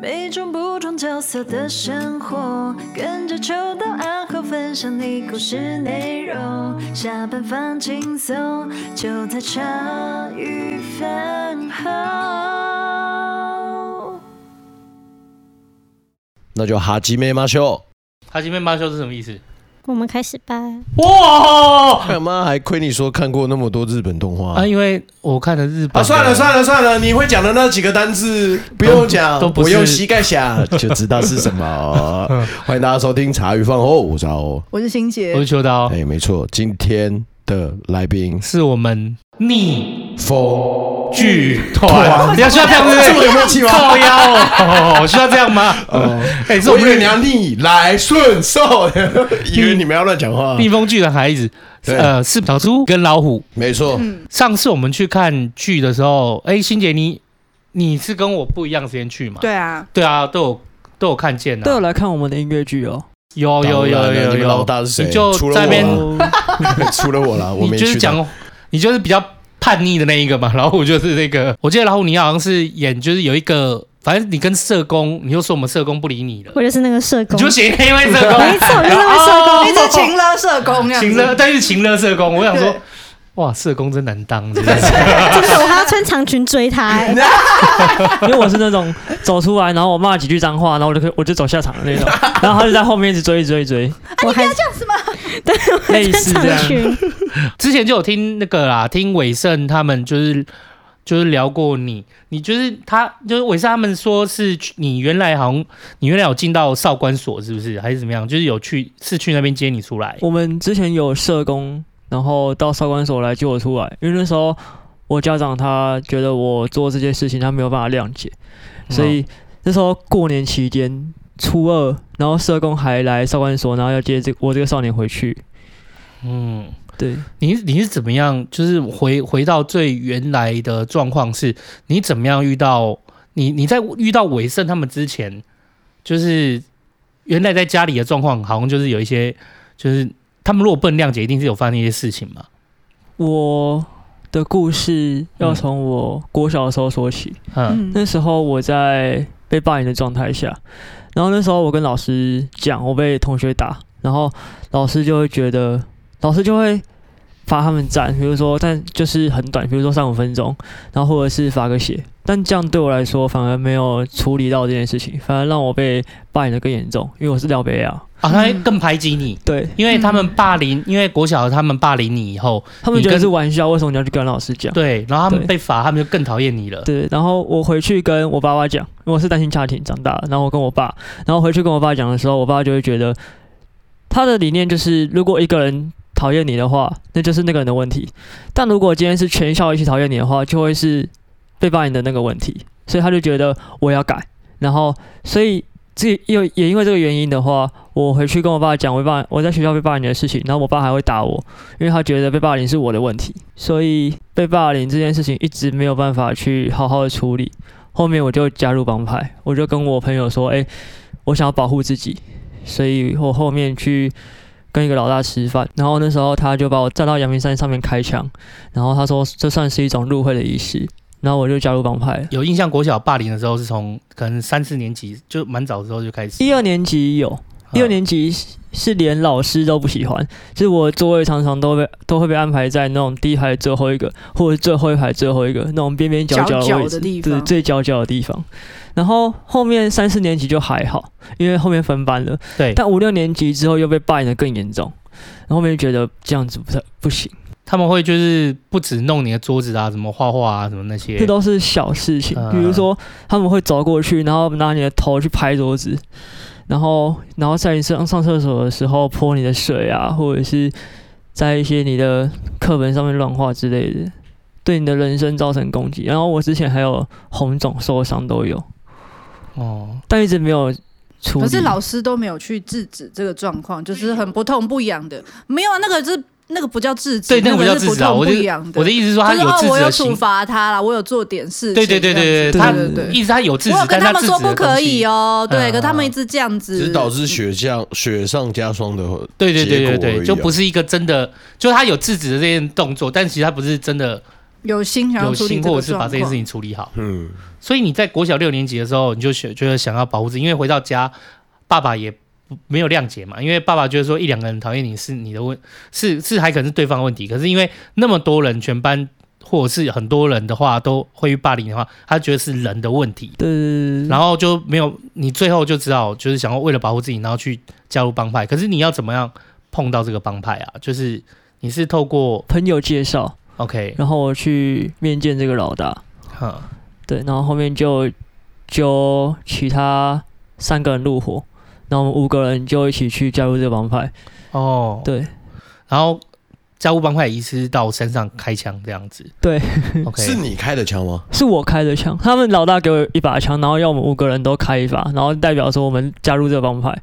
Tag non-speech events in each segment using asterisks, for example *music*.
每种不同角色的生活，跟着秋到暗号分享你故事内容。下班放轻松，就在茶余饭后。那就哈基梅马秀。他今天罢休是什么意思？我们开始吧。哇！干嘛还亏你说看过那么多日本动画啊，因为我看的日本的，啊，算了算了算了，你会讲的那几个单字不用讲，都不我是用膝盖想就知道是什么。哦 *laughs* 欢迎大家收听茶余饭后，我是阿欧。我是欣我杰是，秋刀，哎，没错，今天的来宾是我们逆风剧团，你要需要这样对不对？这哎么有默 *laughs* 契吗哦靠腰哦，需要这样吗？哎，这我我以们为你要逆来顺受， *laughs* 以为你们要乱讲话。蜜蜂剧团孩子，对呃，是小猪跟老虎。 *laughs* 没错，上次我们去看剧的时候，哎，欣姐你你是跟我不一样时间去嘛？对啊，对啊，都有都有看见都有啊，来看我们的音乐剧哦。 *laughs* 有有当有然了有你们有，老大是谁你就除了在那边我啊哦 *laughs* 除了我啦， *laughs* 我你没就是去到。讲，你就是比较叛逆的那一个嘛。老虎就是那个，我记得老虎你好像是演，就是有一个，反正你跟社工，你又说我们社工不理你了，我就是那个社工你，就写黑为社工，没错我就是那个社工哦一直情勒社工这样情子，勒，但是情勒社工，我想说对，哇，社工真难当，真的是 *laughs* 真的，我还要穿长裙追 *laughs* 他、欸。因为我是那种走出来，然后我骂几句脏话，然后我就可以我就走下场的那种，然后他就在后面一直追，一直追，一直追，我还这样子吗？对，我还类似穿这样长裙。之前就有听那个啦，听伟盛他们就是。就是聊过你，你就是他，就是伟盛他们说是去你原来好像你原来有进到少管所是不是，还是怎么样？就是有去是去那边接你出来，我们之前有社工，然后到少管所来救我出来，因为那时候我家长他觉得我做这些事情他没有办法谅解，所以那时候过年期间初二，然后社工还来少管所，然后要接这我这个少年回去。嗯，对，你你是怎么样？就是回回到最原来的状况是，你怎么样遇到你你在遇到伟盛他们之前，就是原来在家里的状况，好像就是有一些，就是他们如果不能谅解，一定是有发生一些事情嘛。我的故事要从我国小的时候说起。嗯那时候我在被霸凌的状态下，然后那时候我跟老师讲我被同学打，然后老师就会觉得，老师就会罚他们站，比如说但就是很短，比如说三五分钟，然后或者是罚个写。但这样对我来说反而没有处理到这件事情，反而让我被霸凌的更严重，因为我是廖北亚。啊，他会更排挤你，对因为他们霸凌，因为国小他们霸凌你以嗯后，他们你觉得跟是玩笑，为什么你要去跟老师讲？对，然后他们对被罚，他们就更讨厌你了。对，然后我回去跟我爸爸讲，因为我是单亲家庭长大的，然后我跟我爸，然后回去跟我爸讲的时候，我爸就会觉得他的理念就是，如果一个人讨厌你的话，那就是那个人的问题；但如果今天是全校一起讨厌你的话，就会是被霸凌的那个问题。所以他就觉得我要改，然后所以这又也因为这个原因的话，我回去跟我爸讲我被霸我在学校被霸凌的事情，然后我爸还会打我，因为他觉得被霸凌是我的问题，所以被霸凌这件事情一直没有办法去好好的处理。后面我就加入帮派，我就跟我朋友说，哎、我想要保护自己，所以我后面去跟一个老大吃饭，然后那时候他就把我站到阳明山上面开枪，然后他说这算是一种入会的仪式，然后我就加入帮派了。有印象，国小霸凌的时候是从可能三四年级就蛮早的时候就开始。一二年级有，一二年级是连老师都不喜欢，就是我座位常常都被都会被安排在那种第一排最后一个，或者最后一排最后一个那种边边角角角位角置，的地对，方最角角的地方。然后后面三四年级就还好，因为后面分班了，嗯对，但五六年级之后又被霸凌的更严重，然后后面就觉得这样子不太不行，他们会就是不止弄你的桌子啊，什么画画啊，什么那些这。都是小事情，比如说他们会走过去，然后拿你的头去拍桌子，然后然后在你上上厕所的时候泼你的水啊，或者是在一些你的课本上面乱画之类的，对你的人生造成攻击。然后我之前还有红肿受伤都有，哦，但一直没有处理。可是老师都没有去制止这个状况，就是很不痛不痒的。没有啊，那个是那个不叫制止，对那个个不叫是制不止啊痛我不就痒的。我的意思是说，他就是有制哦，我止有的行处。罚他了，我有做点事情。对对对对这他样子对对对。意思他有制止我有，跟但他他们制止说的不可以东哦，嗯对，可他们一直这样子，只是导致雪上雪上加霜的，西。对对对结对果而对，已啊就不是一个真的，就他有制止的这些动作，但其实他不是真的有心想要有处理心这或者个是把状这件事况。情处理好。嗯，所以你在国小六年级的时候，你就学觉得想要保护自己，因为回到家，爸爸也不没有谅解嘛，因为爸爸觉得说一两个人讨厌你是你的问， *laughs* 是是还可能是对方的问题，可是因为那么多人，全班或者是很多人的话都会霸凌的话，他觉得是人的问题，对对对对然后就没有你最后就只好就是想要为了保护自己，然后去加入帮派，可是你要怎么样碰到这个帮派啊？就是你是透过朋友介绍， OK，然后我去面见这个老大，哈，对，然后后面就就其他三个人入伙，然后我们五个人就一起去加入这个帮派，哦，对然后加入帮派医师到山上开枪这样子。对，OK，是你开的枪吗？是我开的枪，他们老大给我一把枪，然后要我们五个人都开一把，然后代表说我们加入这个帮派，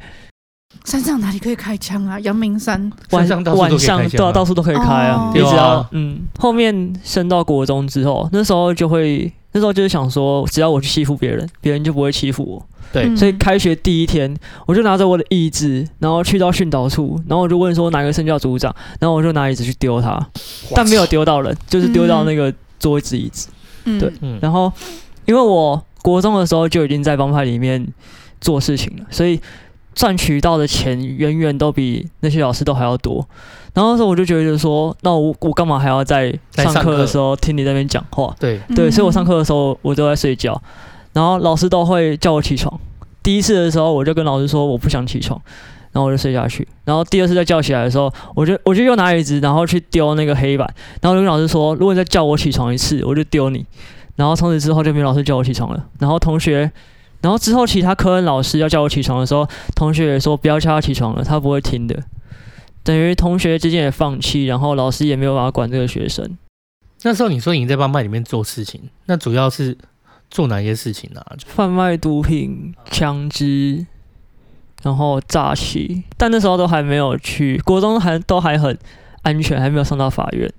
山上哪里可以开枪啊？阳明山晚山上到处都可以晚开枪上对啊，吗到处都可以开哦，啊一直对到啊嗯，后面升到国中之后，那时候就会。那时候就是想说，只要我去欺负别人，别人就不会欺负我。对嗯所以开学第一天，我就拿着我的椅子，然后去到训导处，然后我就问说哪个身教组长，然后我就拿椅子去丢他，但没有丢到人，就是丢到那个桌子椅子。嗯对嗯，然后，因为我国中的时候就已经在帮派里面做事情了，所以赚取到的钱远远都比那些老师都还要多。然后那时候我就觉得说，那我我干嘛还要在来上上课的课时候听你在那边讲话？对，嗯对，所以我上课的时候我都在睡觉，然后老师都会叫我起床。第一次的时候我就跟老师说我不想起床，然后我就睡下去。然后第二次再叫起来的时候，我就我就又拿椅子，然后去丢那个黑板，然后我就跟老师说，如果你再叫我起床一次，我就丢你。然后从此之后就没有老师叫我起床了。然后同学，然后之后其他科任老师要叫我起床的时候，同学也说不要叫他起床了，他不会听的。等于同学之间也放弃，然后老师也没有办法管这个学生。那时候你说你在帮派里面做事情，那主要是做哪些事情呢、啊？贩卖毒品、枪支，然后诈欺，但那时候都还没有去，国中还都还很安全，还没有上到法院。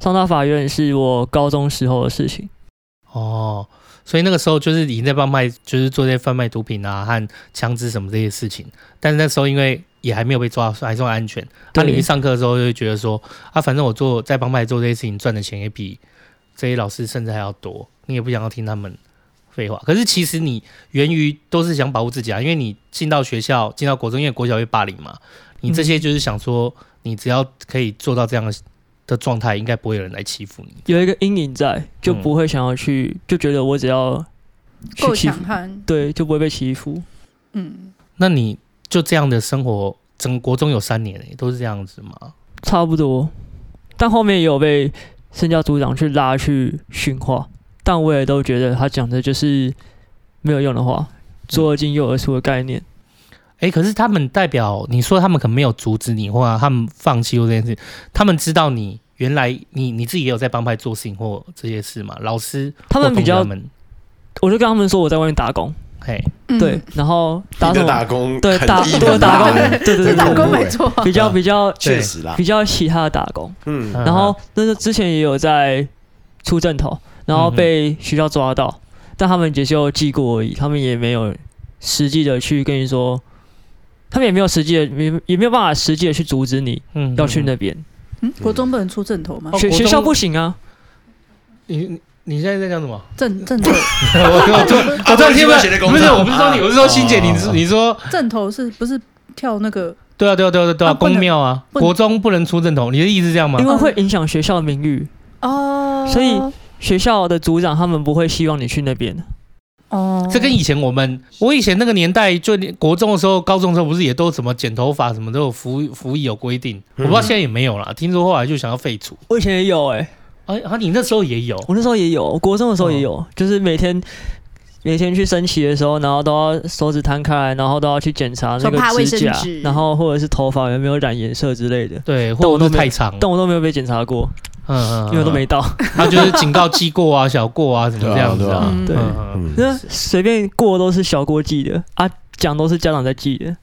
上到法院是我高中时候的事情，哦，所以那个时候就是已经在帮派，就是做这些贩卖毒品啊和枪支什么这些事情，但是那时候因为也还没有被抓，还算安全。那、对啊你去上课的时候就会觉得说，啊，反正我做在帮派做这些事情赚的钱也比这些老师甚至还要多，你也不想要听他们废话。可是其实你源于都是想保护自己啊，因为你进到学校，进到国中，因为国小会霸凌嘛，你这些就是想说，你只要可以做到这样的的状态，应该不会有人来欺负你。有一个阴影在，就嗯不会想要去，就觉得我只要去够欺强负，悍，对，就不会被欺负。嗯，那你就这样的生活，整个国中有三年、欸、都是这样子吗？差不多。但后面也有被身教组长去拉去训话，但我也都觉得他讲的就是没有用的话，嗯左耳进右耳出的概念。哎、可是他们代表你说他们可能没有阻止你，或者他们放弃或这件事，他们知道你原来你你自己也有在帮派做事情或这些事嘛？老师他们或比同学较，们我就跟他们说我在外面打工，嘿，嗯对，，然后打你什的么？打工，对，打很硬啊嗯对很打工，*laughs* 大对对对这对打对，工没错啊， *laughs* 比较比较确实啦，比较其他的打工。嗯，嗯然后那是之前也有在出阵头，然后被学校抓到，但他们也就记过而已，他们也没有实际的去跟你说，他们也没有实际的，也也没有办法实际的去阻止你嗯要去那边。嗯，国中不能出正头吗？哦学国学中校不行啊，你你你现在在讲什么？嗯正 *laughs* 正头，我我 *laughs* 就我突然听不到，啊不是我不是说你，我是说欣姐，你是哦你说正头是不是跳那个？对啊对啊对啊对啊，啊不能公庙啊，不能国中不能出正统，你的意思是这样吗因？为会影响学校的名誉，哦，所以学校的组长他们不会希望你去那边。哦，这跟以前我们，我以前那个年代，就连国中的时候、高中的时候，不是也都什么剪头发什么都有服服役有规定，我嗯不知道现在也没有啦。听说后来就想要废除，我以前也有哎、啊啊，你那时候也有，我那时候也有，我国中的时候也有，哦就是每天每天去升旗的时候，然后都要手指摊开来，然后都要去检查那手帕个卫指生甲纸，然后或者是头发有没有染颜色之类的。对，但或我者都是没有太长，嗯但我都没有被检查过，嗯，嗯因为我都 *laughs* 没，到。他就是警告记过啊、小过啊什么这样子啊，嗯对嗯嗯嗯嗯，那随便过都是小过记的啊，讲都是家长在记的。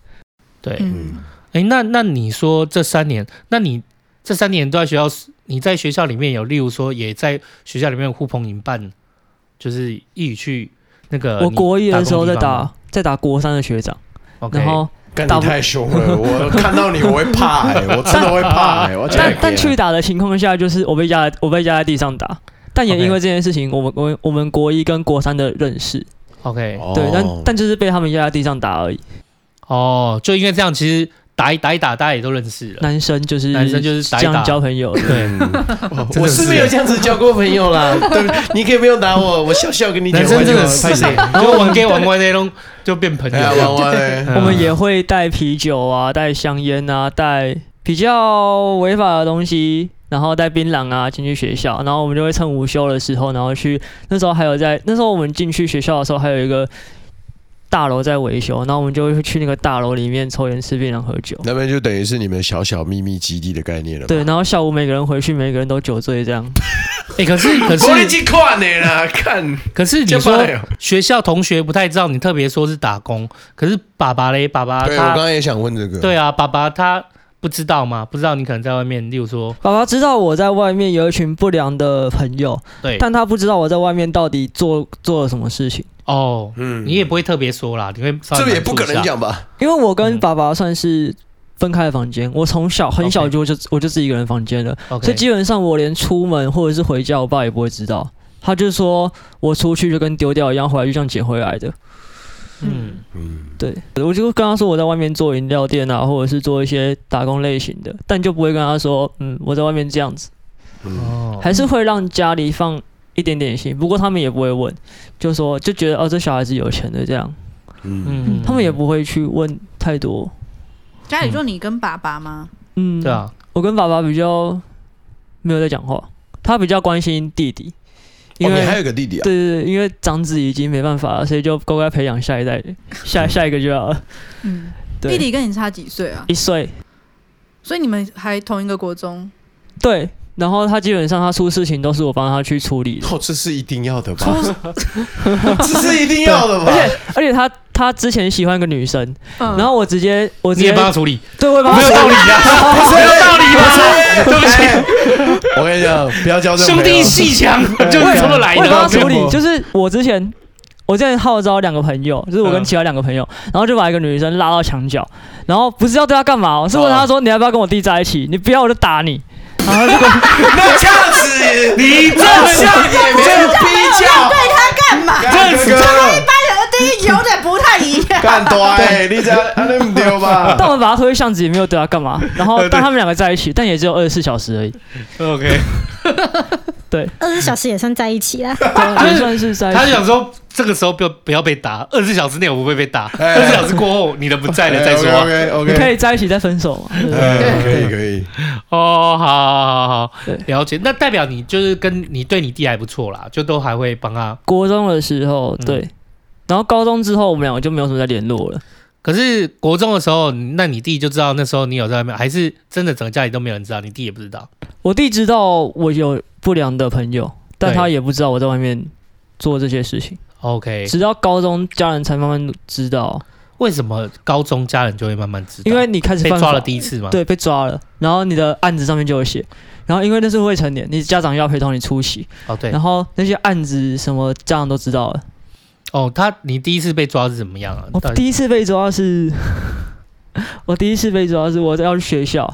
对，嗯，哎，那那你说这三年，那你这三年都在学校，你在学校里面有，例如说也在学校里面呼朋引伴，就是一起去那个我呃你国一的时候在打工打在打国三的学长，地方吗，OK，然后干打你不太凶了，我看到你我会怕哎，我真的会怕哎，我要讲但给但你去打的情况下，就是我被压在我被压在地上打，但也 OK 因为这件事情，我们我们我们国一跟国三的认识， OK，对，哦但但就是被他们压在地上打而已。哦，就因为这样，其实打一打一打，大家也都认识了。男生就是男生就是打一这打样交朋友的，对，嗯我是没有这样子交过朋友啦，对不对？你可以不用打我，我笑笑跟你讲男话生就真好。的是拍，谁？然后玩 gay 玩歪那种就变朋友 *laughs* 哎呀，了玩。完嘞，嗯我们也会带啤酒啊，带香烟啊，带比较违法的东西，然后带槟榔啊进去学校，然后我们就会趁午休的时候，然后去那时候还有在那时候我们进去学校的时候，还有一个大楼在维修，然后我们就会去那个大楼里面抽烟、吃槟榔、喝酒。那边就等于是你们小小秘密基地的概念了。对，，然后下午每个人回去，每个人都酒醉这样。哎，可 *laughs* 是可我已是经跨你 *laughs* 了，看可是你这么说累哦学校同学不太知道，你特别说是打工，可是爸爸嘞，爸爸对我刚他，刚也想问这个，对啊，爸爸他不知道吗？不知道你可能在外面，例如说，爸爸知道我在外面有一群不良的朋友，对，但他不知道我在外面到底做做了什么事情。哦，嗯你也不会特别说啦，你会稍微这个也瞒住不可一下能。讲吧？因为我嗯跟爸爸算是分开的房间，我从小很小 OK 就就我就自己一个人房间了 OK，所以基本上我连出门或者是回家，我爸也不会知道。他就说我出去就跟丢掉一样，回来就像捡回来的。嗯，嗯，对，我就跟他说我在外面做饮料店啊，或者是做一些打工类型的，但就不会跟他说，嗯，我在外面这样子，嗯哦，还是会让家里放一点点心。不过他们也不会问，就说就觉得哦，这小孩子有钱的这样，嗯，嗯他们也不会去问太多。家里就你跟爸爸吗？嗯，对啊，我跟爸爸比较没有在讲话，他比较关心弟弟，因哦，为、你还有个弟弟啊？对对对，因为长子已经没办法了，所以就乖乖培养下 *laughs* 一代，下下一个就好了。嗯，对弟弟跟你差几岁啊？一岁，所以你们还同一个国中？对，然后他基本上他出事情都是我帮他去处理的，哦，这是一定要的吧？这是一定要的吧？而且他他之前喜欢一个女生，嗯然后我直接我直你接也帮他处理，对，我也帮没他有道理啊，没有道理吧？对不起。我跟你讲，不要交这种兄朋友弟戏强就是 *laughs* 我也这么来我的。也帮他处我跟理，你就是我之前。我之前号召两个朋友，就是我跟嗯其他两个朋友，然后就把一个女生拉到墙角，然后不是要对她干嘛啊哦，是问她说你要不要跟我弟在一起，你不要我就 *laughs* 打你，然后她就那这样子，你这样也没有比较，对他干嘛？这样子对，哎有点不太一样。干多哎，你这样安尼唔对吧？但我们把她推去巷子也没有对她干嘛，然 *laughs* 后但他们两个在一起，但也只有二十四小时而已， OK，二十小时也算在一起啦。对也算 *laughs* 是在他就一起。想说这个时候不要不要被打，二十四小时内我不会被打，哎二十四小时过后你的不在哎了再说啊。 OK 你 OK，可以在一起再分手嘛？对不对哎可以可以，哦，好好好好对，了解。那代表你就是跟你对你弟还不错啦，就都还会帮他。国中的时候嗯对，然后高中之后我们两个就没有什么再联络了。可是国中的时候，那你弟就知道那时候你有在外面，还是真的整个家里都没有人知道，你弟也不知道。我弟知道我有不良的朋友，但对他也不知道我在外面做这些事情。 OK，直到高中，家人才慢慢知道，为什么高中家人就会慢慢知道？因为你开始被犯抓法了第一次嘛。对，被抓了，然后你的案子上面就有写，然后因为那是未成年，你家长要陪同你出席，哦对然，后那些案子什么家长都知道了。哦他你第一次被抓是怎么样啊？我到底第一次被抓是， *laughs* 我第一次被抓是我要去学校，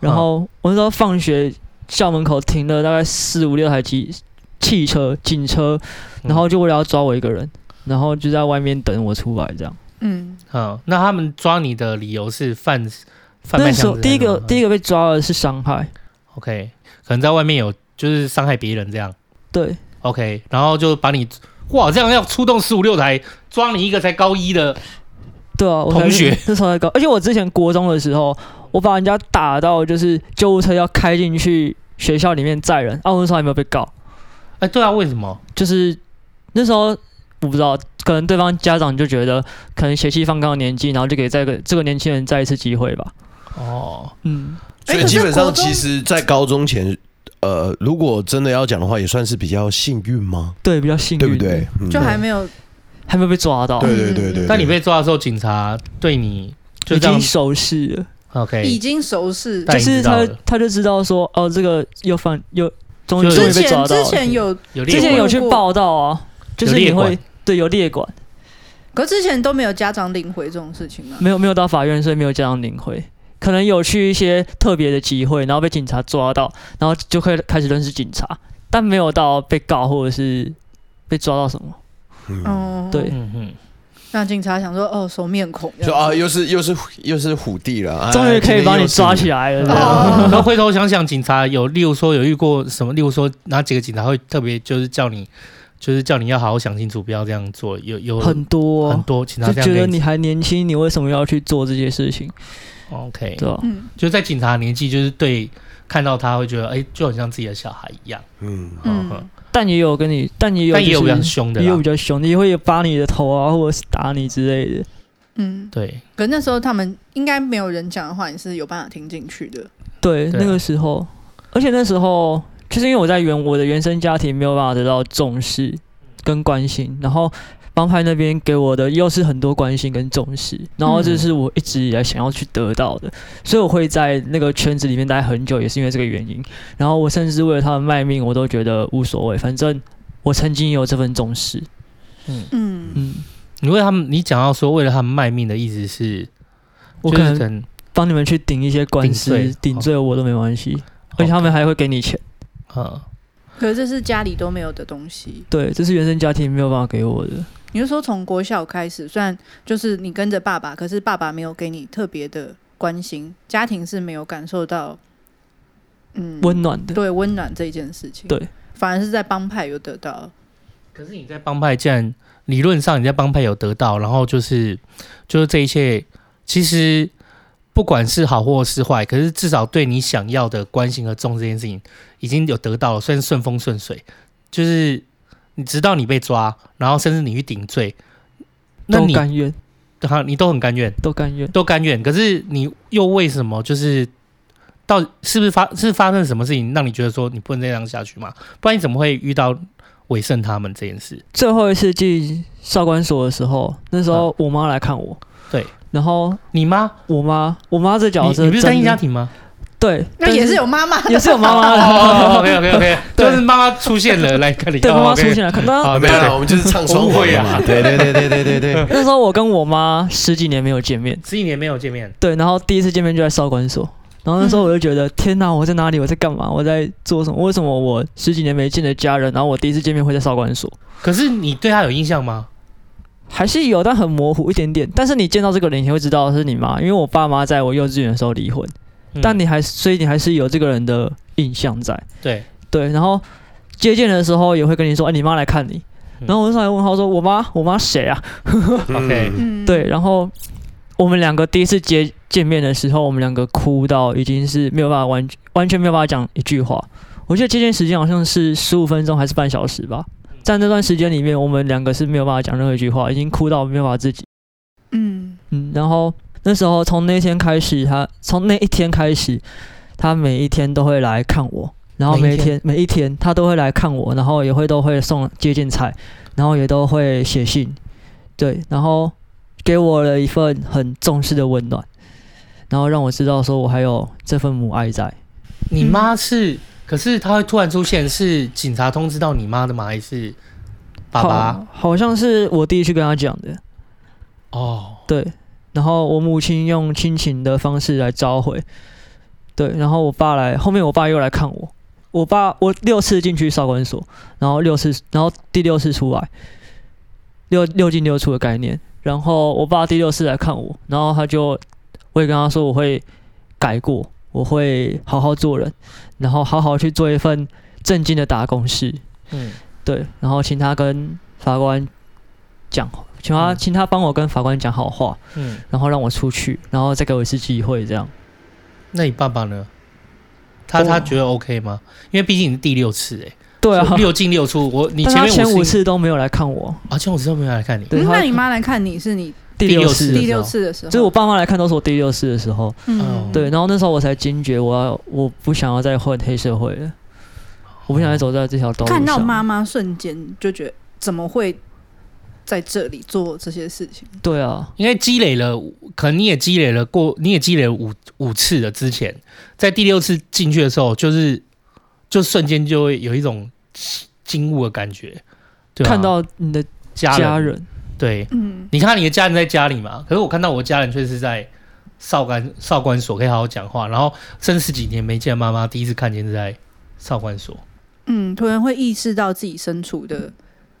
嗯然后我那时候放学校门口停了大概四五六台机汽车、警车，然嗯后就为了要抓我一个人，然后就在外面等我出来这样。嗯，嗯，那他们抓你的理由是贩贩卖那时枪候支？第一个第一个个被抓的是伤害， OK，可能在外面有就是伤害别人这样对 OK，然后就把你哇这样要出动十五六台抓你一个才高一的对啊，我才同 *laughs* 学那时候在搞，而且我之前国中的时候，我把人家打到就是救护车要开进去学校里面载人，啊，我那时候还没有被告，哎对啊为什么就是那时候我不知道，可能对方家长就觉得可能血气方刚的年纪，然后就给这个这个年轻人再一次机会吧，哦嗯，所以基本上，其实，在高中前，呃，如果真的要讲的话，也算是比较幸运吗？对，比较幸运，对不对？？嗯就还没有还没有被抓到，对对对对。但你被抓的时候警察对你就已这样经熟识了。已 OK 经熟识。但就已经是知道他了他就知道说，哦，这个又犯又终于就终于之被前抓到了之前有，有之猎前物有去报道啊，就是有你列管会对有列管，可之前都没有家长领回这种事情啊嘛。没有没有到法院，所以没有家长领回。可能有去一些特别的集会，然后被警察抓到，然后就会开始认识警察，但没有到被告或者是被抓到什么。嗯，哦，对，嗯嗯，让警察想说，哦，熟面孔，说哦啊，又是又是又是虎弟了，哎终于可以把你抓起来了。这样然后回头想想，警察有，例如说有遇过什么，例如说哪几个警察会特别就是叫你，就是叫你要好好想清楚，不要这样做。有有很多很多警察就这样觉得跟你你还年轻，你为什么要去做这些事情？ ，OK，对吧？嗯就是在警察年纪，就是对看到他会觉得，哎、就很像自己的小孩一样。嗯，哦嗯，嗯，但也有跟你，但也有、但就是，也有比较凶的也有比啦。较凶的，也会扒你的头啊，或者是打你之类的。嗯，对，可那时候他们应该没有人讲的话，你是有办法听进去的。对，对啊那个时候，而且那时候就是因为我在原我的原生家庭没有办法得到重视跟关心，然后帮派那边给我的又是很多关心跟重视，然后这嗯是我一直以来想要去得到的，所以我会在那个圈子里面待很久，也是因为这个原因。然后我甚至为了他们卖命，我都觉得无所谓，反正我曾经有这份重视。嗯，嗯，你为他们，你讲到说为了他们卖命的意思是，我就可是能帮你们去顶一些官顶司罪，哦顶罪我都没关系，而且他们还会给你钱。呃，可是这是家里都没有的东西。对，这是原生家庭没有办法给我的。嗯你是说从国小开始，虽然就是你跟着爸爸，可是爸爸没有给你特别的关心，家庭是没有感受到嗯温暖的。对温暖这一件事情。对，反而是在帮派有得到。可是你在帮派，既然理论上你在帮派有得到，然后就是就是这一切，其实不管是好或是坏，可是至少对你想要的关心和重视这件事情已经有得到了，算是顺风顺水。就是你直到你被抓，然后甚至你去顶罪，那都你甘愿，好，你都很甘愿，都甘愿。都甘愿。可是你又为什么就是到是不是发是发生什么事情让你觉得说你不能再这样下去嘛？不然你怎么会遇到伟盛他们这件事？最后一次进少管所的时候，那时候我妈来看我，嗯对，然后你妈我妈，我妈这角你色你不是单亲真的家，庭吗？对，那但也是有妈妈的， *laughs* 也是有妈妈 *laughs* 哦，OK 的，OK OK，对就是妈妈出现了，来看你， *laughs* 对，哦妈妈 OK 出现来看。*laughs* 那好，啊没没有有啦，我了，们就是唱双簧的嘛，啊对对对对对 *laughs* 对对，那时候我跟我妈十几年没有见面，十几年没有见面，对，然后第一次见面就在少管所。然后那时嗯候我就觉得，天哪！我在哪里？我在干嘛？我在做什么？为什么我十几年没见的家人，然后我第一次见面会在少管所？可是你对她有印象吗？还是有，但很模糊一点点。但是你见到这个人，你会知道是你妈，因为我爸妈在我幼稚园的时候离婚，嗯但你还所以你还是有这个人的印象在。对，对，然后接见的时候也会跟你说，哎、你妈来看你。嗯然后我就上来问他说：“我妈，我妈谁啊嗯 OK 嗯？”，对，然后我们两个第一次接见面的时候，我们两个哭到已经是没有办法完完全没有办法讲一句话。我记得接见时间好像是十五分钟还是半小时吧，嗯在那段时间里面，我们两个是没有办法讲任何一句话，已经哭到没有办法自己。嗯，嗯，然后那时候从那天开始，他从那一天开始，他每一天都会来看我，然后每每一一天天每一天他都会来看我，然后也会都会送接见菜，然后也都会写信，对，然后给我了一份很重视的温暖，然后让我知道说我还有这份母爱在。你妈是，可是她会突然出现，是警察通知到你妈的吗？还是爸爸？好，好像是我弟去跟他讲的，哦，对，然后我母亲用亲情的方式来召回，对，然后我爸来，后面我爸又来看我，我爸我六次进去少管所，然后六次，然后第六次出来，六六进六出的概念，然后我爸第六次来看我，然后他就我也跟他说我会改过，我会好好做人，然后好好去做一份正经的打工事，嗯，对，然后请他跟法官讲，请他、嗯请他帮我跟法官讲好话，嗯，然后让我出去，然后再给我一次机会，这样。那你爸爸呢？他哦他觉得 OK 吗？因为毕竟你是第六次哎，对啊，六进六出，我你但前他面前五次次都没有来看我，啊，前五次都没有来看你，对嗯他那你妈来看你是你第第六六次次，的时候第六次的时候，就是我爸妈来看都是我第六次的时候，嗯嗯，对，，然后那时候我才惊觉我要我不想要再混黑社会了，我不想再走在这条道路上。看到妈妈瞬间就觉得怎么会在这里做这些事情？对啊，应该积累了，可能你也积累了过，你也积累了五五次的之前，在第六次进去的时候，就是就瞬间就会有一种惊悟的感觉，对吧看到你的家人，啊家人，对，嗯，你看你的家人在家里嘛，可是我看到我家人却是在少管少管所可以好好讲话，然后甚至十几年没见妈妈，第一次看见是在少管所，嗯，突然会意识到自己身处的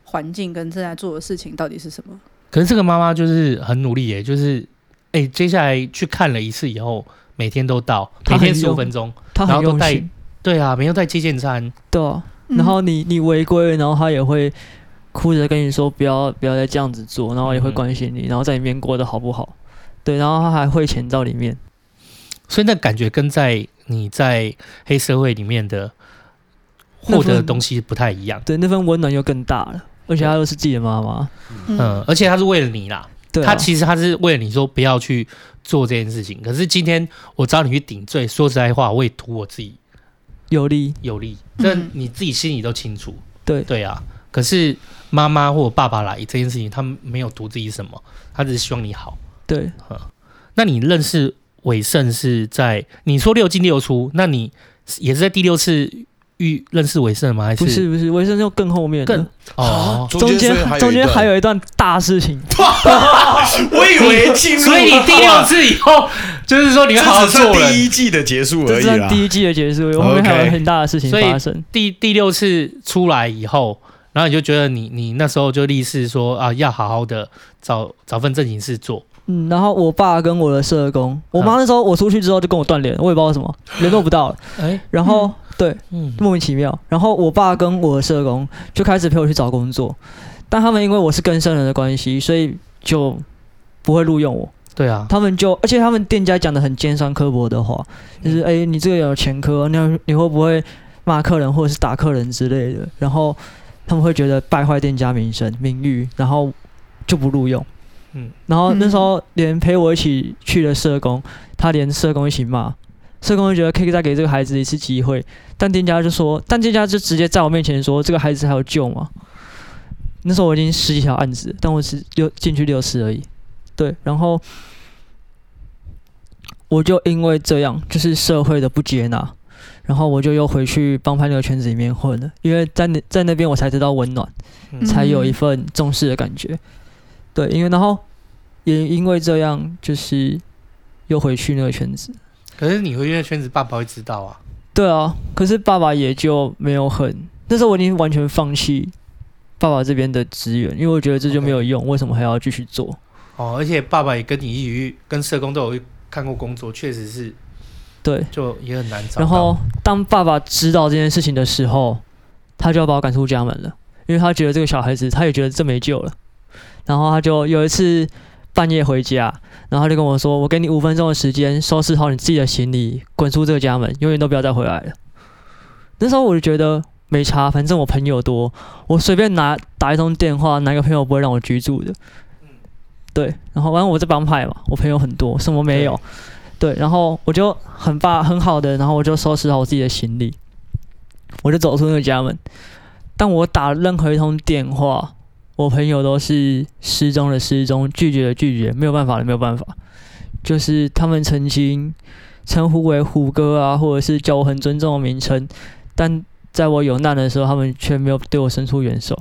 环境跟正在做的事情到底是什么。可是这个妈妈就是很努力耶，就是哎、接下来去看了一次以后，每天都到，她每很天十五用分钟，他然很后都用带心，对啊，每天都带接见餐，对啊、嗯然后你你违规，然后他也会哭着跟你说不要不要再这样子做，然后也会嗯关心你，然后在里面过得好不好。对，然后他还汇钱到里面，所以那感觉跟在你在黑社会里面的获得的东西不太一样。对，那份温暖又更大了。而且她又是自己的妈妈，呃嗯，而且他是为了你啦，对、啊，他其实他是为了你说不要去做这件事情。可是今天我找你去顶罪，说实在话，我也图我自己有力，有利，嗯这你自己心里都清楚。对对啊，可是妈妈或爸爸来这件事情，他们没有图自己什么，他只是希望你好。对，那你认识伟盛是在你说六进六出，那你也是在第六次遇认识伟盛吗？还不是不是，维生又更后面了，更哦？中间中间还有有一段大事情，一段，我以为进入，所以你第六季次以后，就是说你会好好这只做是第人。一季的结束这而已是啊啦。第一季的结束，后面还 OK 有很大的事情所以发生。第第六次出来以后，然后你就觉得你你那时候就立誓说啊，要好好的找找份正经事做。嗯，然后我爸跟我的社工，我妈那时候我出去之后就跟我断联，我也不知道为什么联络不到了。哎，然后、对，嗯，莫名其妙。然后我爸跟我的社工就开始陪我去找工作，但他们因为我是跟生人的关系，所以就不会录用我。对啊，他们就，而且他们店家讲的很尖酸刻薄的话，就是哎、诶你这个有前科，那你会不会骂客人或者是打客人之类的？然后他们会觉得败坏店家名声名誉，然后就不录用。嗯嗯，然后那时候连陪我一起去的社工，他连社工一起骂，社工就觉得可以再给这个孩子一次机会，但店家就说，但店家就直接在我面前说这个孩子还有救吗？那时候我已经十几条案子了，但我只六进去六次而已。对，然后我就因为这样，就是社会的不接纳，然后我就又回去帮派那个圈子里面混了，因为在那在那边我才知道温暖，嗯才有一份重视的感觉。对，因为然后也因为这样，就是又回去那个圈子。可是你回音乐圈子，爸爸会知道啊。对啊，可是爸爸也就没有很，那时候我已经完全放弃爸爸这边的资源，因为我觉得这就没有用为什么还要继续做？哦，而且爸爸也跟你一起去跟社工都有看过工作，确实是对，就也很难找到。然后当爸爸知道这件事情的时候，他就要把我赶出家门了，因为他觉得这个小孩子，他也觉得这没救了。然后他就有一次半夜回家，然后他就跟我说：“我给你五分钟的时间，收拾好你自己的行李，滚出这个家门，永远都不要再回来了。”那时候我就觉得没差，反正我朋友多，我随便拿打一通电话，哪个朋友不会让我居住的？对，然后反正我在帮派嘛，我朋友很多，什么没有。对，然后我就很把很好的，然后我就收拾好我自己的行李，我就走出那个家门。但我打任何一通电话，我朋友都是失踪的失踪，拒绝的拒绝，没有办法的没有办法。就是他们曾经称呼为虎哥啊，或者是叫我很尊重的名称，但在我有难的时候，他们却没有对我伸出援手。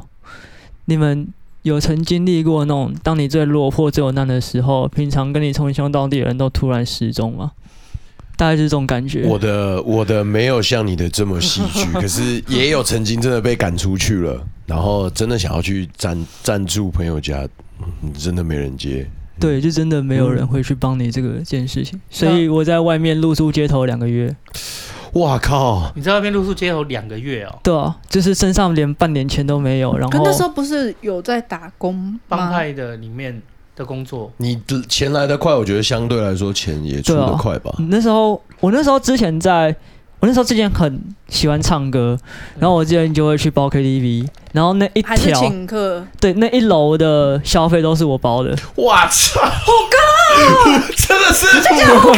你们有曾经历过那种，当你最落魄、最有难的时候，平常跟你称兄道弟的人都突然失踪吗？大概就是这种感觉。我的我的没有像你的这么戏剧，可是也有曾经真的被赶出去了，然后真的想要去暂暂住朋友家，嗯真的没人接。对，就真的没有人会去帮你这个件事情，所以我在外面露宿街头两个月。哇靠！你在外面露宿街头两个月哦，对啊，就是身上连半点钱都没有，然可后那时候不是有在打工吗？帮派的里面的工作，你的钱来得快，我觉得相对来说钱也出得快吧。那时候我那时候之前在。我那时候之前很喜欢唱歌，然后我之前就会去包 KTV，然后那一还是条请客？对那一楼的消费都是我包的，我操，虎哥， *laughs* 真的是虎哥，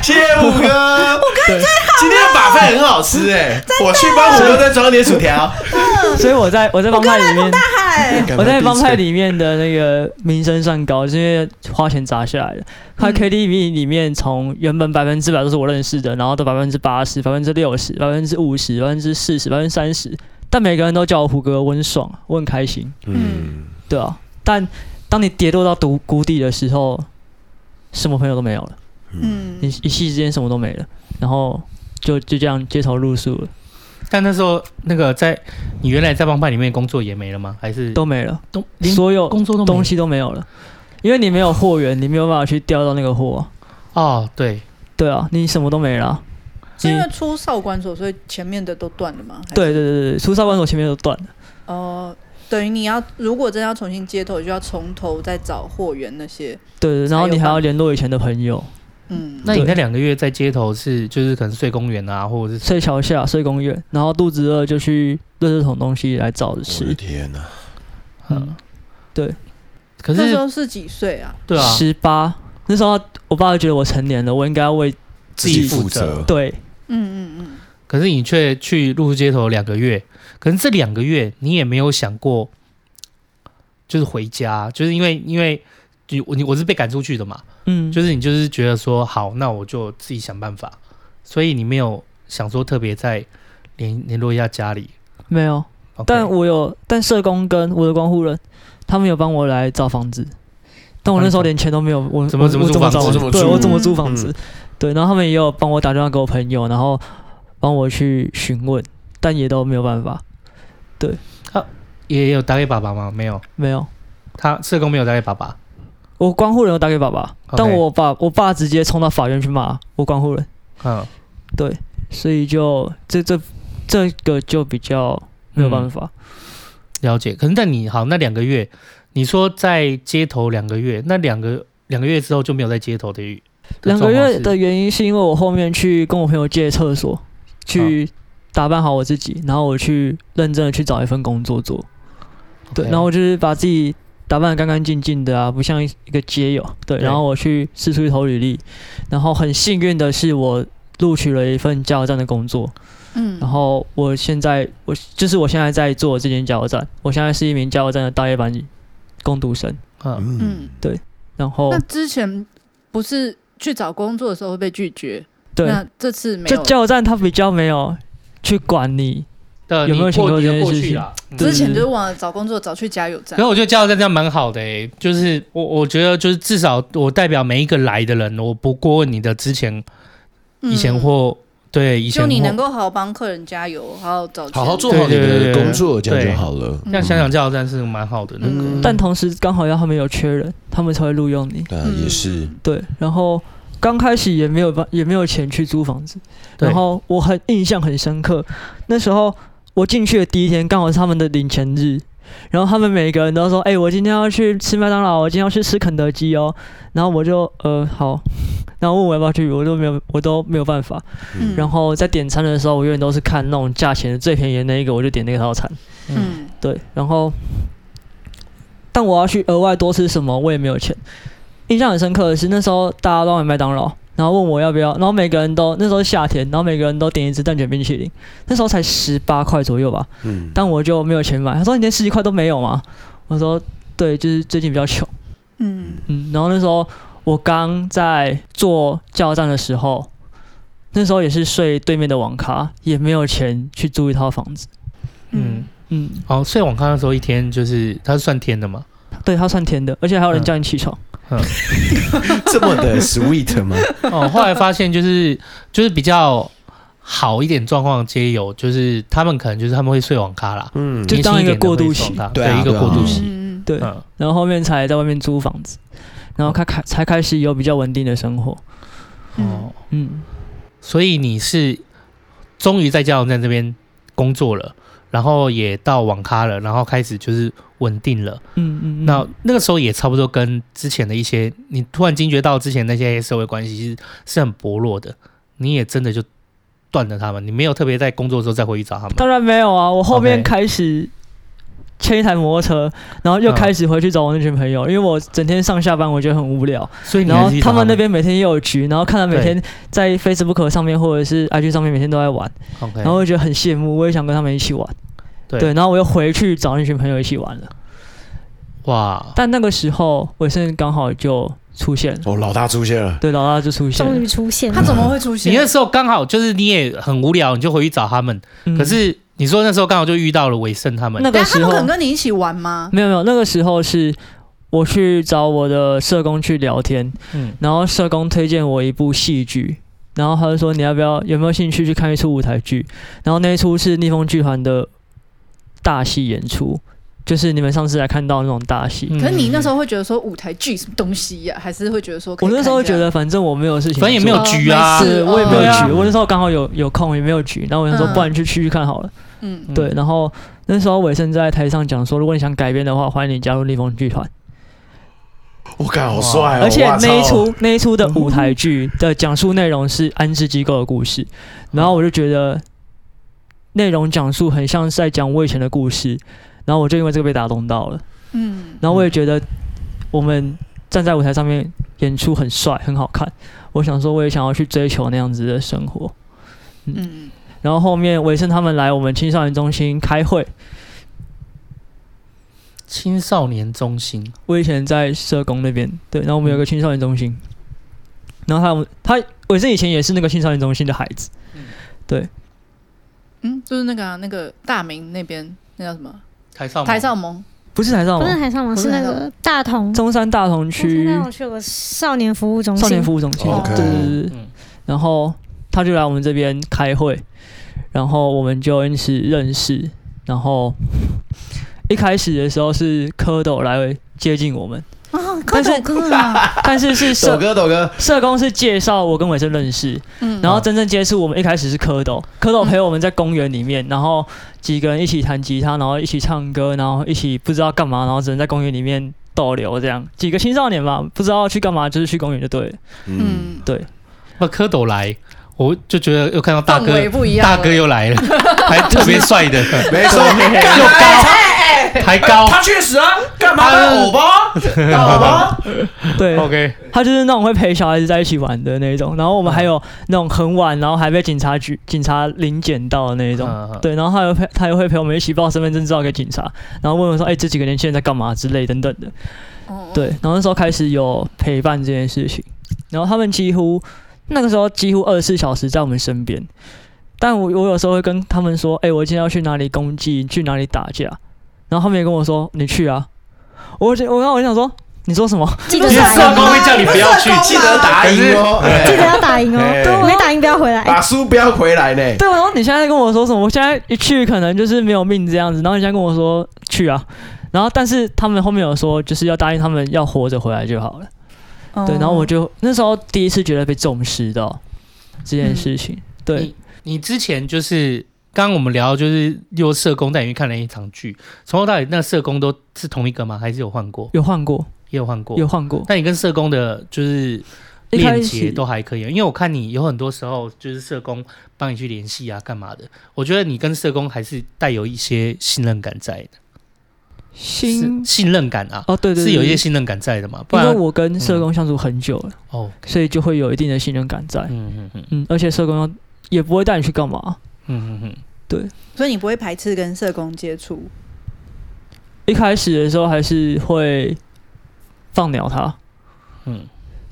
谢谢虎哥，虎哥对今天的把费很好吃哎，我去帮虎哥再装点薯条，所以我在嗯我在帮派里面，干嘛 *laughs* 我在帮派闭里面的那个名声算高，是因为花钱砸下来的。他 KTV 里面从原本百分之百都是我认识的，然后到百分之八十、百分之六十、百分之五十、百分之四十、百分之三十，但每个人都叫我胡哥，我很爽，我很开心，嘴？嗯，对啊。但当你跌落到谷谷底的时候，什么朋友都没有了，嗯你，一夕之间什么都没了，然后就就这样街头露宿了。但那时候那个在你原来在帮派里面工作也没了吗？还是都没了，都连所有工作都没东西都没有了，因为你没有货源，你没有办法去调到那个货啊、哦，对，对啊，你什么都没了啊、是因为出少管所，所以前面的都断了吗？还是对对对对，出沙关所前面都断了。哦、等于你要如果真的要重新接头，就要从头再找货源那些。对对，然后你还要联络以前的朋友，嗯，那你那两个月在街头是就是可能睡公园啊，或者是睡桥下、睡公园，然后肚子饿就去垃圾桶东西来找着我的吃。天哪、嗯，可那时是候是几岁啊？对啊，十八那时候我爸就觉得我成年了，我应该要为自己负责。对嗯嗯可是你却去露宿街头两个月，可是这两个月你也没有想过，就是回家，就是因为因为你我你我是被赶出去的嘛，嗯，就是你就是觉得说好，那我就自己想办法，所以你没有想说特别再联联络一下家里。没有。 OK 但我有，但社工跟我的光护人，他们有帮我来找房子，但我那时候连钱都没有，我啊怎么我怎么我租怎么房找子怎么对租我怎嗯么租房子？对，然后他们也有帮我打电话给我朋友，然后帮我去询问，但也都没有办法，也有打给爸爸吗？没有，没有。他社工没有打给爸爸。我光护人有打给爸爸 OK 但我爸我爸直接冲到法院去骂我光护人，嗯，所以就这这这个就比较没有嗯办法。了解。可是但你好，那两个月，你说在街头两个月，那两个两个月之后就没有在街头的语两个月的状况是原因是因为我后面去跟我朋友借厕所，去啊打扮好我自己，然后我去认真的去找一份工作做。对 OK 然后我就是把自己打扮的干干净净的啊，不像一一个街友。对，对然后我去试出去投履历，然后很幸运的是我录取了一份加油站的工作，嗯然嗯，后我现在我就是我现在在做这间加油站，我现在是一名加油站的大夜班工读生，嗯，嗯嗯，然后那之前不是去找工作的时候会被拒绝，对，那这次没就有。加油站他比较没有去管你，的有没有你想过过你这的件过事去情啦？嗯之前就是忘了找工作，找去加油站可是。我觉得加油站这样蛮好的诶、就是我我觉得就是至少我代表每一个来的人，我不过问你的之前以前嗯或、对以前就你或能够好好帮客人加油，好好找钱好好做好你对对对的对工作，这样对就好了。嗯这样想想加油站是蛮好的那个，嗯但同时刚好要他们有缺人，他们才会录用你。对啊，嗯也是。对，然后刚开始也没有办，也没有钱去租房子。对然后我很印象很深刻，那时候我进去的第一天刚好是他们的领钱日，然后他们每个人都说：“哎、我今天要去吃麦当劳，我今天要去吃肯德基哦。”然后我就呃好，然后问我要不要去，我都没有，我都没有办法。嗯然后在点餐的时候，我永远都是看那种价钱最便宜的那一个，我就点那个套餐。嗯对，然后，但我要去额外多吃什么，我也没有钱。印象很深刻的是，那时候大家都买麦当劳，然后问我要不要，然后每个人都那时候是夏天，然后每个人都点一支蛋卷冰淇淋，那时候才十八块左右吧，嗯，但我就没有钱买。他说你连十几块都没有吗？我说对，就是最近比较穷，嗯嗯。然后那时候我刚在做加油站的时候，那时候也是睡对面的网咖，也没有钱去租一套房子，嗯嗯，嗯，好，睡网咖的时候一天就是它是算天的嘛，对他算甜的，而且还有人叫你起床。这么的 sweet 吗？哦，后来发现就是就是比较好一点状况的街友，就是他们可能就是他们会睡网咖啦，嗯，就当一个过渡期年轻一点的会睡网咖对啊对一个对啊过渡嗯期，嗯对，嗯，然后后面才在外面租房子，然后开开才开始有比较稳定的生活。哦，嗯，所以你是终于在加油站这边工作了，然后也到网咖了，然后开始就是稳定了。嗯嗯，那那个时候也差不多跟之前的一些，你突然惊觉到之前那些社会关系是是很薄弱的，你也真的就断了他们，你没有特别在工作的时候再回去找他们。当然没有啊，我后面 OK 开始牵一台摩托车，然后又嗯开始回去找我那群朋友，因为我整天上下班我觉得很无聊，所以你然还后是去找他他们那边每天也有局，然后看他每天在 Facebook 上面或者是 IG 上面每天都在玩， ，OK，然后我就觉得很羡慕，我也想跟他们一起玩。对哦对，然后我又回去找那群朋友一起玩了，哇，但那个时候伟盛刚好就出现了，哦，老大出现了，对，老大就出现终了于。出现他了，怎么会出现？你那时候刚好就是你也很无聊，你就回去找他们。嗯可是你说那时候刚好就遇到了伟盛他们，那等个一下时他候们肯跟你一起玩吗？没有没有，那个时候是我去找我的社工去聊天，嗯然后社工推荐我一部戏剧，然后他就说你要不要有没有兴趣去看一出舞台剧？然后那一出是逆风剧团的大戏演出，就是你们上次来看到那种大戏。可是你那时候会觉得说舞台剧什么东西呀、还是会觉得说可以我看一下？那时候觉得反正我没有事情做，反正也没有局啊哦没，事是我也没有对啊局，我那时候刚好有有空，也没有局，然后我想说嗯不然去去去看好了。嗯，对，然后那时候伟盛在台上讲说，如果你想改编的话，欢迎你加入逆风剧团。我感好帅哦！而且哇那一操出那一出的舞台剧的讲述内容是安置机构的故事，然后我就觉得内容讲述很像是在讲我以前的故事，然后我就因为这个被打动到了，嗯，然后我也觉得我们站在舞台上面演出很帅很好看，我想说我也想要去追求那样子的生活。嗯，然后后面维盛他们来我们青少年中心开会，青少年中心，我以前在社工那边，对，然后我们有个青少年中心，然后他他我是以前也是那个青少年中心的孩子，嗯，就是那个啊、那个大明那边那叫什么台上台少盟，不是台上不是吗？海上王，不是是那海上个大同。中山大同区我去过少年服务中少心年，服务中心， OK 对对对对嗯然后他就来我们这边开会，然后我们就因此认识，然后一开始的时候是蝌蚪来接近 *laughs* 我们，啊，但是哥啊，但是是抖社哥抖哥，社工是介绍我跟伟生认识，嗯，然后真正接触我们一开始是蝌蚪，蝌嗯蚪陪我们在公园里面，然后几个人一起弹吉他，然后一起唱歌，然后一起不知道干嘛，然后只能在公园里面逗留这样。几个青少年嘛，不知道去干嘛，就是去公园就对了。嗯，嗯，把蝌蚪来，我就觉得又看到大氛围哥，不一样大了，哥又来了， *laughs* 还特别帅 *laughs* 的，没错，哎又高，还高他确实啊，干嘛呢？偶啊包，偶包，对， ，OK，他就是那种会陪小孩子在一起玩的那一种。然后我们还有那种很晚，然后还被警察局警察临检到的那一种。嗯嗯对，然后他又陪他又会陪我们一起报身份证照给警察，然后问我说：“哎、这几个年轻人在干嘛之类等等的。”哦，对，然后那时候开始有陪伴这件事情，然后他们几乎那个时候几乎二十四小时在我们身边，但我我有时候会跟他们说，哎、我今天要去哪里攻击，去哪里打架，然后他们也跟我说你去啊，我就我刚我就想说你说什么？记因得为啊打社赢工哦，会叫你不要去，记得打赢哦，哎记得要打赢哎哦，没打赢不要回啊来。把书标回来呢。对，然后你现在在跟我说什么？我现在一去可能就是没有命这样子，然后你现在跟我说去啊，然后但是他们后面有说就是要答应他们要活着回来就好了。哦嗯对，然后我就那时候第一次觉得被重视到这件事情。对，嗯你之前就是刚刚我们聊，就是又社工带你去看了一场剧，从头到尾那社工都是同一个吗？还是有换过？有换过，也有换过。有。换过。那你跟社工的就是一开链始接都还可以，啊因为我看你有很多时候就是社工帮你去联系啊，干嘛的？我觉得你跟社工还是带有一些信任感在的，新是信任感啊，哦，对对是对，有一些对信任感在的嘛，不因然嗯为我跟社工相处很久了，哦，所以就会有一定的信任感在。嗯嗯嗯嗯，而且社工要也不会带你去干嘛。嗯嗯嗯，所以你不会排斥跟社工接触，一开始的时候还是会放鸟他，嗯，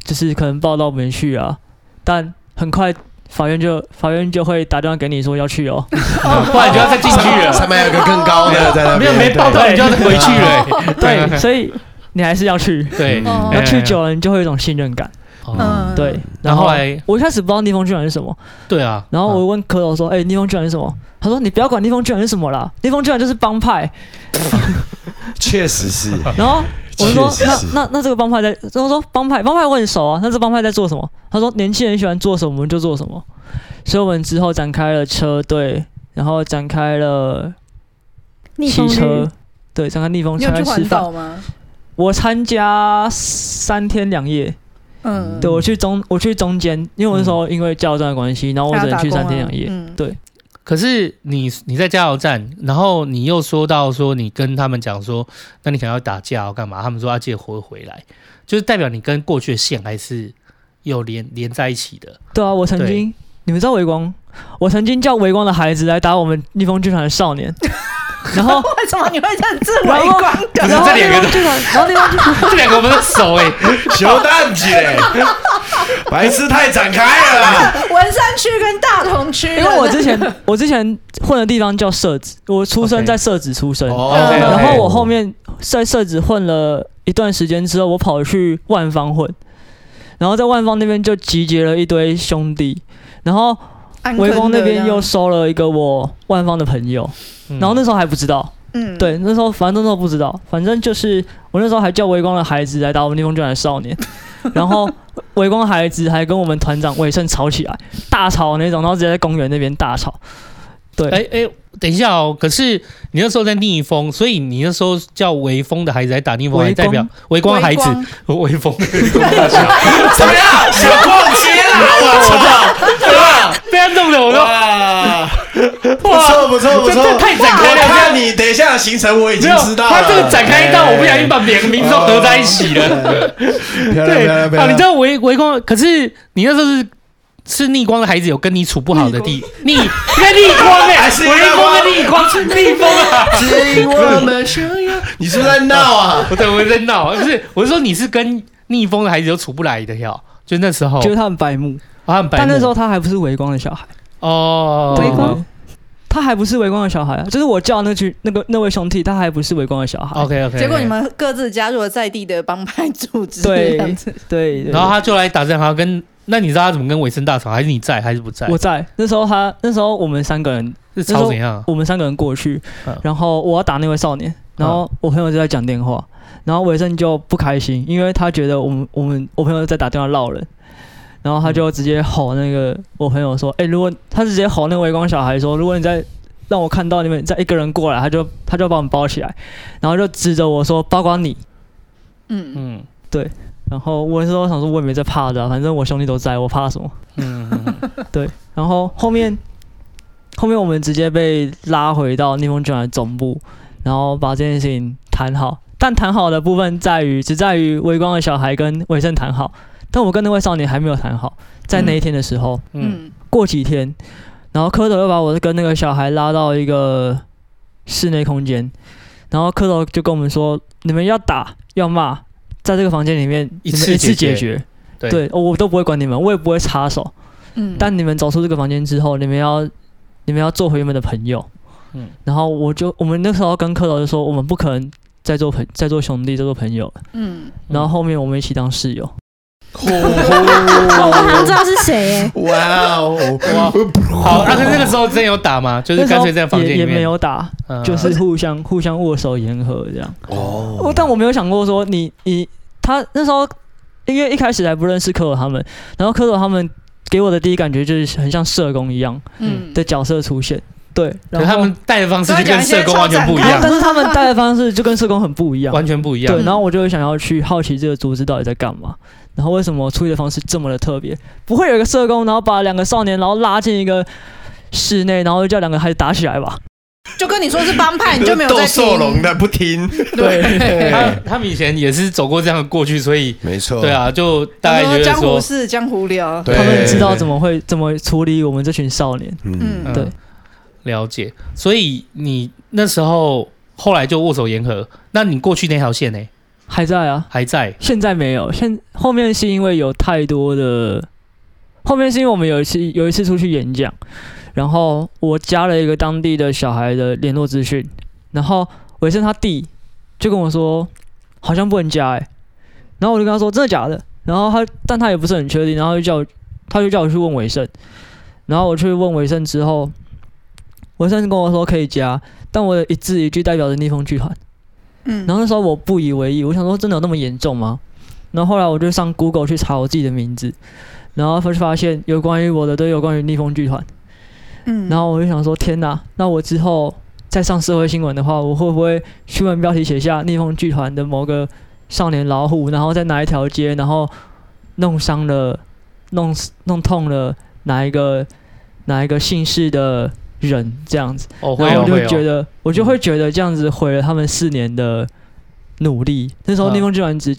就是可能报到没去啊，但很快法院就法院就会打电话给你说要去哦。嗯不然你就要再进去了，上面有个更高的在那没有边，没报到你就要再回去了、对，所以你还是要去。哦对，哦那去久了，你就会有一种信任感。嗯， *laughs* 嗯，对，然后来我一开始不知道逆风巨人是什么，对啊，然后我问蝌蚪说：“哎、逆风巨人是什么？”他说：“你不要管逆风巨人是什么啦，逆风巨人就是帮派。确实是，”然后我就说确：“实那是那那这个帮派在……”然后说：“帮派，帮派我很熟啊，那这帮派在做什么？”他说：“年轻人喜欢做什么，我们就做什么。”所以我们之后展开了车队，然后展开了逆骑风车日，，对，展开逆风你车有去吃环饭。岛吗？我参加三天两夜，嗯，对我去中我去中间，因为我那时候因为加油站的关系，然后我还要只能打去工三天啊两夜。嗯，对可是你你在加油站，然后你又说到说你跟他们讲说，那你可能要打架要干嘛？他们说啊要记得活回来，就是代表你跟过去的线还是有连连在一起嗯的。对啊，我曾经，你们知道微光，我曾经叫微光的孩子来打我们逆风剧团的少年，*laughs* 然 *laughs* 后为什么你会认字然为后光不是然后这两个逆风剧团，然后逆风这剧两个我们的手哎、熊蛋姐，白痴太展开了啦，文山区跟大同区的？因为我 *laughs* 之前我之前混的地方叫社子，我出生 OK 在社子出生哦嗯然 OK 后我后面在社子混了一段时间之后，我跑去万方混。然后在万方那边就集结了一堆兄弟，然后安微坑风那的边这又样收了一个我万方的朋友，嗯然后那时候还不知道，嗯，对，那时候反正那时候不知道，反正就是我那时候还叫微光的孩子来打我们逆风卷的少 *laughs* 年，然后微光的孩子还跟我们团长伟盛吵起来，大吵那种，然后直接在公园那边大吵。对，哎哎，等一下哦，可是你那时候在逆风，所以你那时候叫微风的孩子来打逆风，微还代表微光的孩子微光微 *laughs* 风，怎么样？想逛街啊啦？我操！对吧？被他弄的我都哇，不错不错不这这错。太展我开了，看你等一下的行程我已没经有知道了。哎他这个展开到我不小心把两个名字都合在一起了。漂亮漂对亮漂啊，亮！你知道微微光，可是你那时候是是逆光的孩子，有跟你处不好的地，逆那逆光哎、还欸，是微光跟逆光是逆风啊！只因我们想要，你是不是在闹啊？不对，我在闹，不是，我是说你是跟逆风的孩子有处不来的哟，就那时候，就是他很白目，啊，哦很白目但那时候他还不是微光的小孩，哦，对，他还不是微光的小孩啊，就是我叫那句那个那位兄弟，他还不是微光的小孩。 ，OK OK，结果你。们各自加入了在地的帮派组织，对这样子对，对然后他就来打仗，好像跟那你知道他怎么跟伟森大吵，还是你在还是不在？我在那时候他那时候我们三个人是吵怎样？我们三个人过去嗯，然后我要打那位少年，然后我朋友就在讲电话，然后伟盛就不开心，因为他觉得我们我们我朋友在打电话闹人，然后他就直接吼那个我朋友说：“嗯哎、如果他直接吼那个围光小孩说，如果你再让我看到你们再一个人过来，他就他就把我们包起来，然后就指着我说包括你。嗯，嗯然后我那时候想说，我也没在怕的啊、反正我兄弟都在，我怕什么？ *laughs* 嗯，嗯然后后面后面我们直接被拉回到逆风卷的总部，然后把这件事情谈好。但谈好的部分在于，只在于微光的小孩跟伟盛谈好，但我跟那位少年还没有谈好。在那一天的时候，嗯，嗯过几天，然后蝌蚪又把我跟那个小孩拉到一个室内空间，然后蝌蚪就跟我们说：“你们要打要骂，在这个房间里面一你们次一次解决解决。对对，哦我都不会管你们，我也不会插手。嗯，但你们走出这个房间之后，你们要你们要做回你们的朋友。嗯嗯，然后我就我们那时候跟蝌蚪就说，我们不可能再做朋再做兄弟再做朋友了。嗯，然后后面我们一起当室友，嗯哦，我好像知道是谁 *laughs* 哎，哇哦！哇，好，啊那可是那个时候真有打吗？就是那时干候脆在房间也里也面没，有打，嗯就是互相互相握手言和这样。哦我但我没有想过说你你他那时候，因为一开始还不认识蝌蚪他们，然后蝌蚪他们给我的第一感觉就是很像社工一样嗯，的角色出现。对，可然是后他们带的方式就跟社工完全不一然后样，但是他们带的方式就跟社工很不一样，完全不一样对，。然后我就会想要去好奇这个组织到底在干嘛，然后为什么处理的方式这么的特别？不会有一个社工，然后把两个少年，然后拉进一个室内，然后就叫两个孩子打起来吧？就跟你说是帮派，你就没 *laughs* 有在斗兽听。龙的不听，对， *laughs* 他他们以前也是走过这样的过去，所以没错，对，啊，就大概他觉说得江湖说，事江湖聊，对他们知道怎么会怎么处理我们这群少年。嗯，嗯嗯对，了解。所以你那时候后来就握手言和，那你过去那条线呢还在啊，还在？现在没有，现后面是因为有太多的，后面是因为我们有一次有一次出去演讲，然后我加了一个当地的小孩的联络资讯，然后伟盛他弟就跟我说好像不能加哎、然后我就跟他说真的假的，然后他但他也不是很确定，然后就叫我他就叫我去问伟盛，然后我去问伟盛之后，伟盛跟我说可以加，但我的一字一句代表着逆风剧团。嗯，然后那时候我不以为意，我想说真的有那么严重吗？然后后来我就上 Google 去查我自己的名字，然后就发现有关于我的都有关于逆风剧团，嗯，然后我就想说天哪，那我之后再上社会新闻的话，我会不会新闻标题写下逆风剧团的某个少年老虎，然后在哪一条街，然后弄伤了、弄死弄痛了哪一个哪一个姓氏的人这样子？哦，会然后哦我会就觉哦。得，我就会觉得这样子毁了他们四年的努力。那时候嗯逆风之团只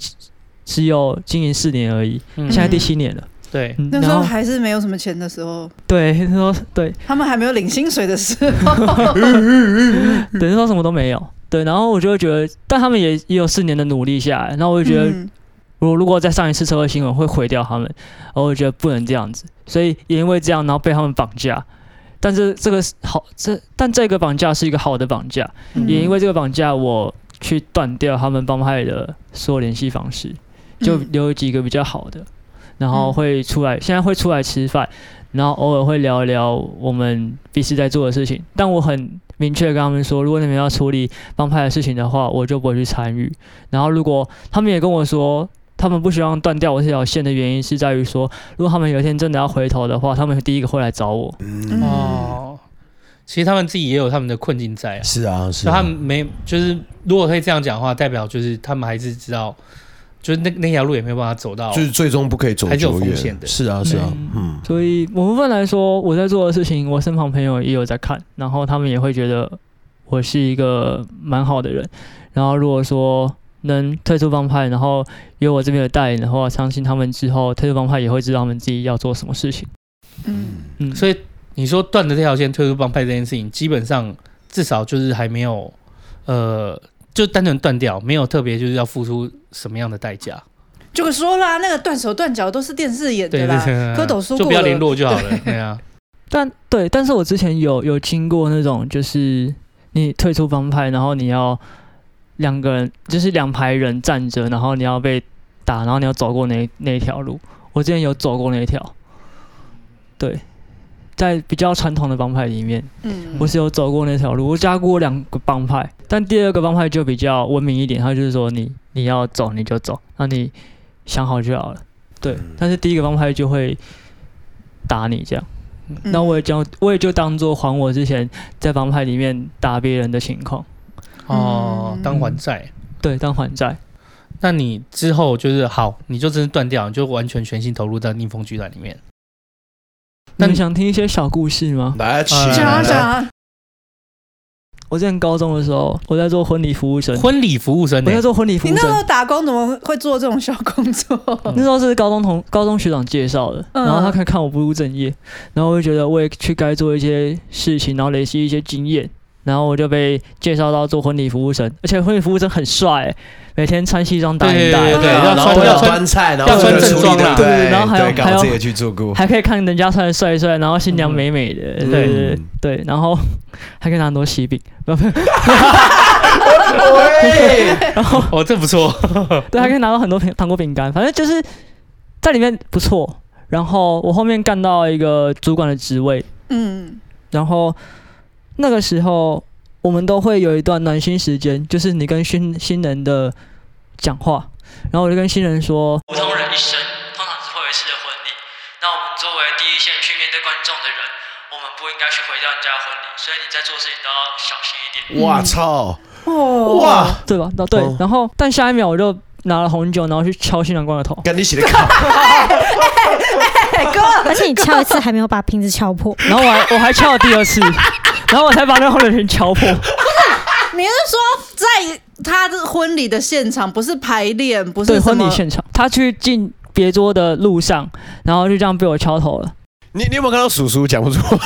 只有经营四年而已，嗯现在第七年了。对，嗯那时然候后还是没有什么钱的时候，对那时候对他们还没有领薪水的时候，嗯对那时候什么都没有。对，然后我就会觉得，但他们也也有四年的努力下来，然后我 *laughs* 就觉得，嗯我如果再上一次社会新闻会毁掉他们，然后我觉得不能这样子，所以也因为这样，然后被他们绑架。但是这个是好，这但这个绑架是一个好的绑架，嗯也因为这个绑架，我去断掉他们帮派的所有联系方式，就嗯留几个比较好的。然后会出来，现在会出来吃饭，然后偶尔会聊一聊我们彼此在做的事情。但我很明确地跟他们说，如果你们要处理帮派的事情的话，我就不会去参与。然后如果他们也跟我说，他们不希望断掉我这条线的原因是在于说，如果他们有一天真的要回头的话，他们第一个会来找我。嗯，哦，其实他们自己也有他们的困境在啊。是啊，是所以啊他们，没就是，如果可以这样讲的话，代表就是他们还是知道，就是那那条路也没有办法走到。就是最终不可以走还是有久风险远。的是啊，是啊，嗯，所以某部分来说，我在做的事情，我身旁朋友也有在看，然后他们也会觉得嗯我是一个蛮好的人。然后如果说能退出帮派，然后有我这边的带领的话，相信他们之后退出帮派也会知道他们自己要做什么事情。嗯，嗯，所以你说断了这条线退出帮派这件事情，基本上至少就是还没有，呃，就单纯断掉，没有特别就是要付出什么样的代价。就说啦，那个断手断脚都是电视演对的对啦对，，蝌蚪说就过不要了联络就好了。对啊，但对，但是我之前有有经过那种，就是你退出帮派，然后你要两个人，就是两排人站着，然后你要被打，然后你要走过那那一条路。我之前有走过那一条，对，在比较传统的帮派里面，嗯，我是有走过那条路，我加过两个帮派，但第二个帮派就比较文明一点，他就是说你你要走你就走，那你想好就好了，对。但是第一个帮派就会打你这样。嗯那我也将我也就当做还我之前在帮派里面打别人的情况，嗯哦，当还债。对，当还债。那你之后就是好，你就真的断掉，你就完全全心投入到逆风巨蛋里面。那你那你们想听一些小故事吗？来，起嗯讲啊来讲啊，我之前高中的时候，我在做婚礼服务嗯生，婚礼服务生我呢、在做婚礼服你务那时生候。打工怎么会做这种小工作？ *laughs* 那时候是高中同高中学长介绍的，嗯然后他看看我不务正业，然后我就觉得我也去该做一些事情，然后累积一些经验，然后我就被介绍到做婚礼服务生，而且婚礼服务生很帅、每天穿西装打领带，对对对啊要然穿后我要有穿端菜，然要后穿我有正处理装的啦对对然后还有对还刚有好自己也去做过，还可以看人家穿的帅帅，然后新娘嗯美美的，嗯对对对，然后还可以拿很多喜饼，不不，对，然后 *laughs* 哦，这不错。对，还可以拿到很多饼糖果饼干，反正就是在里面不错。然后我后面干到一个主管的职位，嗯，然后那个时候我们都会有一段暖心时间，就是你跟新新人的讲话，然后我就跟新人说，普通人一生通常只会有一次的婚礼，那我们作为第一线去面对观众的人，我们不应该去毁掉人家的婚礼，所以你在做事情都要小心一点。哇操，哦，哇，对吧？那对，哦然后但下一秒我就拿了红酒，然后去敲新郎官的头。赶紧起来看，而且你敲一次还没有把瓶子敲破，然后我还我还敲了第二次，然后我才把那红酒瓶敲破。你是说在他的婚礼的现场，不是排练，不对，是婚礼场，现场，他去进别桌的路上，然后就这样被我敲头了。 *laughs* 你你有没有看到叔叔讲不出话？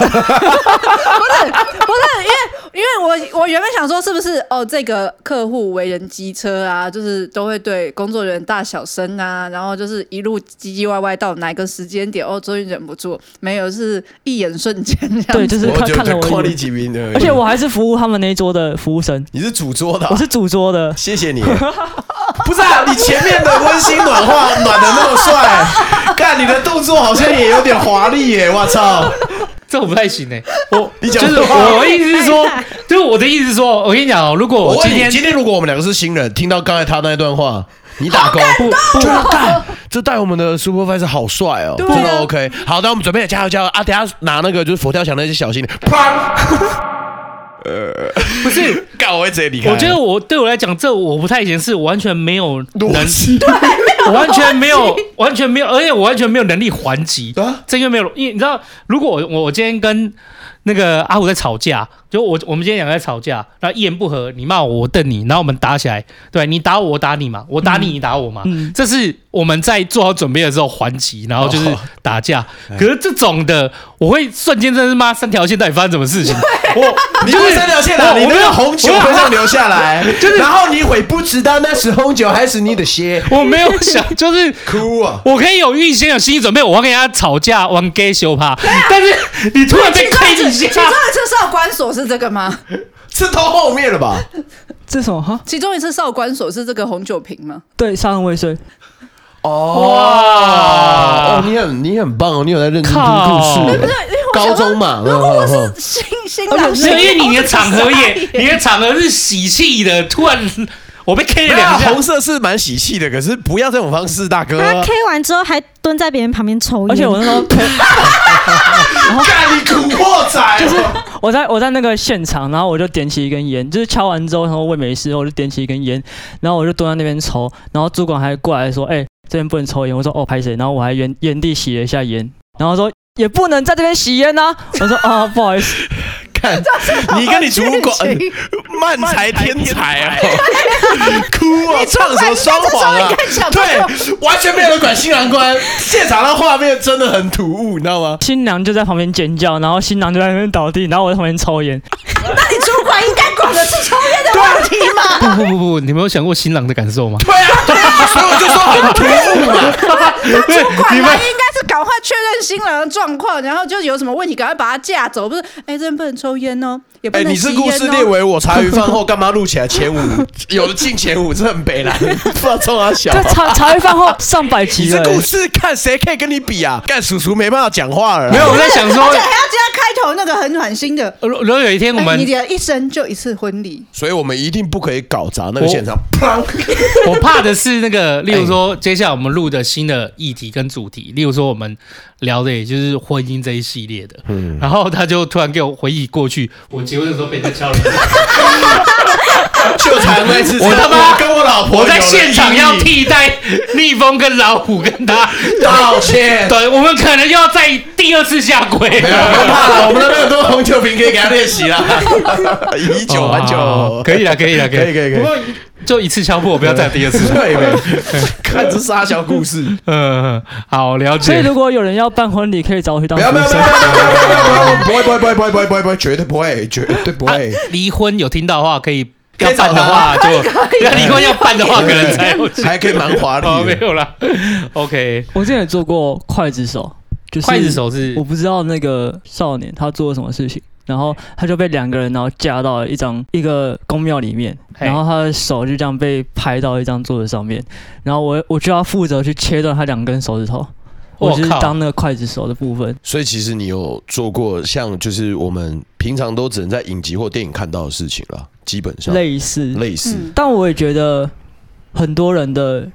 因为我我原本想说是不是哦，这个客户为人机车啊，就是都会对工作人员大小声啊，然后就是一路唧唧歪歪到哪个时间点哦，终于忍不住，没有是一眼瞬间这对，样就子。是我看就看了就夸我一你眼，几名而已而且我还是服务他们那一桌的服务生，你是主桌的啊我，是主桌的。谢谢你。不是啊，你前面的温馨暖化暖的那么帅， *laughs* 干你的动作好像也有点华丽耶！我操，这我不太行哎、我你就讲是什么我的意思 *laughs* 是说，就是我的意思是说，我跟你讲哦、如果我我问今你天今天如果我们两个是新人，听到刚才他那段话，你打勾不就干？这带我们的 supervisor 好帅哦，真啊的 OK。好，那我们准备加油加油啊！等一下拿那个就是佛跳墙那些小心点， *laughs* 啪！不是，干我会直接离开。我觉得我对我来讲，这我不太行，是完全没有逻 *laughs* 能，辑我完全没有，完全没有，而且我完全没有能力还击。啊，正因为没有，因为你知道，如果我我我今天跟那个阿虎在吵架，就我我们今天两个在吵架，然后一言不合，你骂我，我瞪你，然后我们打起来，对你打我，我打你嘛，我打你，你打我嘛，嗯，这是我们在做好准备的时候还击，然后就是打架。可是这种的，我会瞬间真的是妈三条线到底发生什么事情？我你就是三条线我了，我你那没有个红酒我会上流下来， *laughs* 然后你会不知道那是红酒还是你的血，我没有想，就是哭啊！我可以有预先有心理准备，我要跟人家吵架玩 gay 羞趴，但是啊你突然被 K 一其下中，一次少管所是这个吗？是到后面了吧？这什么哈？其中一次少管所是这个红酒瓶吗？对，杀人未遂。哦，哦吧？你很你很棒哦，你有在认真听靠故事欸。我想高说中嘛，如果我是新新所郎新以你的娘场合也，你的场合是喜气的，突然我被 K 了对啊，两下红，色是蛮喜气的，可是不要这种方式，大哥。啊他 K 完之后还蹲在别人旁边抽烟，而且我那时候 *laughs* K，干你古惑仔啊哦，就是我在我在那个现场，然后我就点起一根烟，就是敲完之后，然后我也没事，我就点起一根烟，然后我就蹲在那边抽，然后主管还过来说：“哎、这边不能抽烟。”我说：“哦，拍谁？”然后我还原原地洗了一下烟，然后说。也不能在这边吸烟呐、我说啊，不好意思，看，你跟你主管漫才天 *laughs* 才啊，哭啊，唱什么双簧啊？对，完全没有人管新郎官，现场的画面真的很突兀，你知道吗？新娘就在旁边尖叫，然后新郎就在那边倒地，然后我在旁边抽烟。那你主管应该管的是抽烟的问题吗？不不不不，你没有想过新郎的感受吗？对啊，对啊，所以我就说很突兀嘛。主管来应该是赶快确认新郎的状况，然后就有什么问题赶快把他架走，不是？哎，这边不能抽烟哦，也不哎，能你吸是烟故事列哦。为我茶余饭后干嘛录起来前五， *laughs* 有的进前五，这很北蓝， *laughs* 不知道冲他小这。茶茶余饭后上百你集了、这欸故事看谁可以跟你比啊？干叔叔没办法讲话了，没有，我在想说而且，还要加开头那个很暖心的，如如果有一天我哎们你的一生就一次婚礼，所以我们一定不可以搞砸那个我现场。砰！我怕的是那个，例如说，接下来我们录的新的议题跟主题，例如说我们聊的也就是婚姻这一系列的，嗯然后他就突然给我回忆过去，我结婚的时候被他敲了，秀才那次，我他妈我跟我老婆我在有了现场要阴影替代逆风跟老虎跟 *laughs* 他，道歉。对，我们可能又要在第二次下 *laughs* 跪，没有，不用怕了，我们那边有多红酒瓶可以给他练习啦。以酒还酒，哦可以了，可以了，可以可以可以不过就一次敲破，不要再有第二次。 *laughs* 对没？看这傻小故事，嗯，好了所以解。如果有人要办婚礼，可以找我去当不服要务不要不生要。不要不要不要不要不会不会不会不会不会不会，绝对不会绝对不啊会。离婚有听到的话，可以可要以找办 *laughs* 的话就要离婚要办的话，可能才有还 *laughs* 可以蛮华哦，丽没的，有啦。OK， *laughs* 我之前也做过刽子手，就是刽子手是我不知道那个少年他做了什么事情，然后他就被两个人然后架到一张一个宫庙里面，嘿然后他的手就这样被拍到一张桌子上面，然后我我就要负责去切断他两根手指头，我我就是靠当那个刽子手的部分。所以其实你有做过像就是我们平常都只能在影集或电影看到的事情了，基本上类似，类似。嗯，但我也觉得很多人的。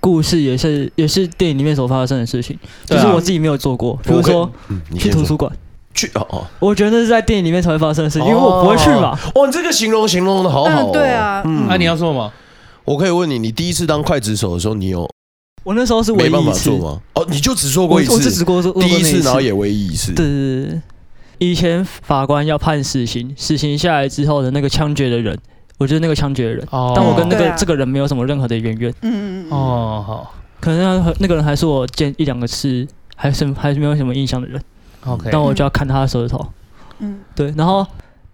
故事也是也是电影里面所发生的事情，对只啊是我自己没有做过。比如说嗯，你去先图说书馆，去哦哦，我觉得那是在电影里面才会发生的事情，因为我不会去嘛。哦。哇，你这个形容形容的好好、哦嗯对啊嗯那你要说什么？我可以问你，你第一次当刽子手的时候，你有我那时候是唯没一办一法次做，吗？哦，你就只做我过一我只只次，过做第一一次，然后也唯一一次。对对对对。以前法官要判死刑，死刑下来之后的那个枪决的人，我就是那个枪决的人，哦但我跟那对个、啊这个人没有什么任何的渊源，嗯嗯嗯，哦，好可能那那个人还是我见一两个次，还是还是没有什么印象的人， ，OK，但我就要看他的手指头。嗯，对，然后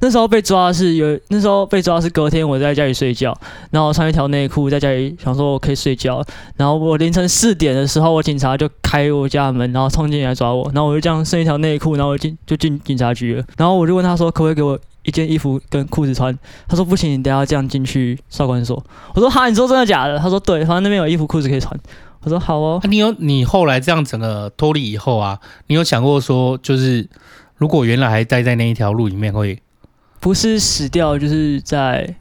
那时候被抓的是有，那时候被抓的是隔天我在家里睡觉，然后我穿一条内裤在家里想说我可以睡觉，然后我凌晨四点的时候，我警察就开我家门，然后冲进来抓我，然后我就这样剩一条内裤，然后我进就进警察局了，然后我就问他说可不可以给我。一件衣服跟裤子穿，他说不行，你等一下这样进去少管所。我说哈，你说真的假的？他说对，反正那边有衣服裤子可以穿。我说好哦啊，你有你后来这样整个脱离以后啊，你有想过说，就是如果原来还待在那一条路里面，会不是死掉，就是在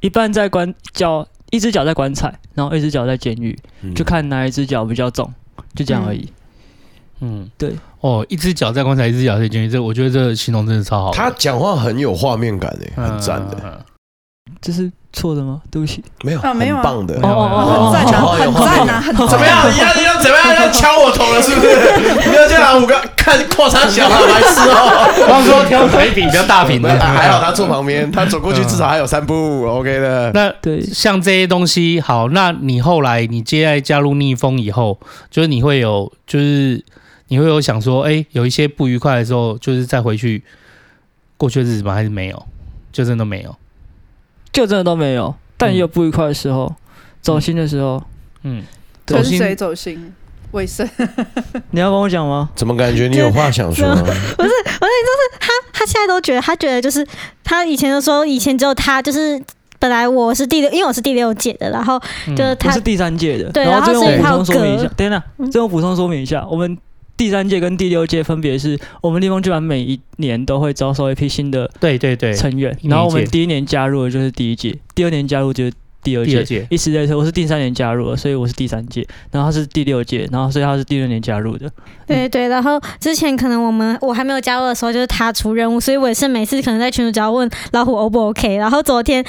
一半在棺脚，一只脚在棺材，然后一只脚在监狱，嗯就看哪一只脚比较重，就这样而已。嗯，对，哦，一只脚在棺材，一只脚在监狱，这我觉得这形容真的超好的，嗯他讲话很有画面感诶，很赞的。的，这是错的吗？对不起。没有，啊没有啊很棒的没。有没有嗯没有哦赞啊，哦很赞啊，很赞啊怎么样？你要你要怎么样？要敲我头了是不是？你要这样，我刚看扩散小了，白痴 *laughs* 哦。啊光说挑水比较大瓶的， *laughs* 还好他坐旁边，他走过嗯去至少还有三步，OK 的。那对，像这些东西，好，那你后来你接下来加入逆风以后，就是你会有，就是你会有想说，哎、有一些不愉快的时候，就是再回去过去的日子吗？还是没有？就真的没有？就真的都没有，但也有不愉快的时候，走心的时候。嗯，走跟心，谁走心？卫生，你要跟我讲吗？怎么感觉你有话想说呢？他现在都觉得，他觉得就是他以前都说，以前只有他就是本来我是第六，因为我是第六届的，然后就是我他是第三届的，对然后这然后边我所以补他有充说明一下隔，等等，这边我补充说明一下，我们第三届跟第六届分别是我们立丰剧团每一年都会招收一批新的对对对，成员，一年一届然后我们第一年加入的就是第一届，第二年加入就是第二第二届，届一直在说我是第三年加入的，所以我是第三届，然后他是第六届，然后所以他是第六年加入的，对对，然后之前可能我们我还没有加入的时候，就是他出任务，所以我也是每次可能在群主只要问老虎 O 不 OK。然后昨天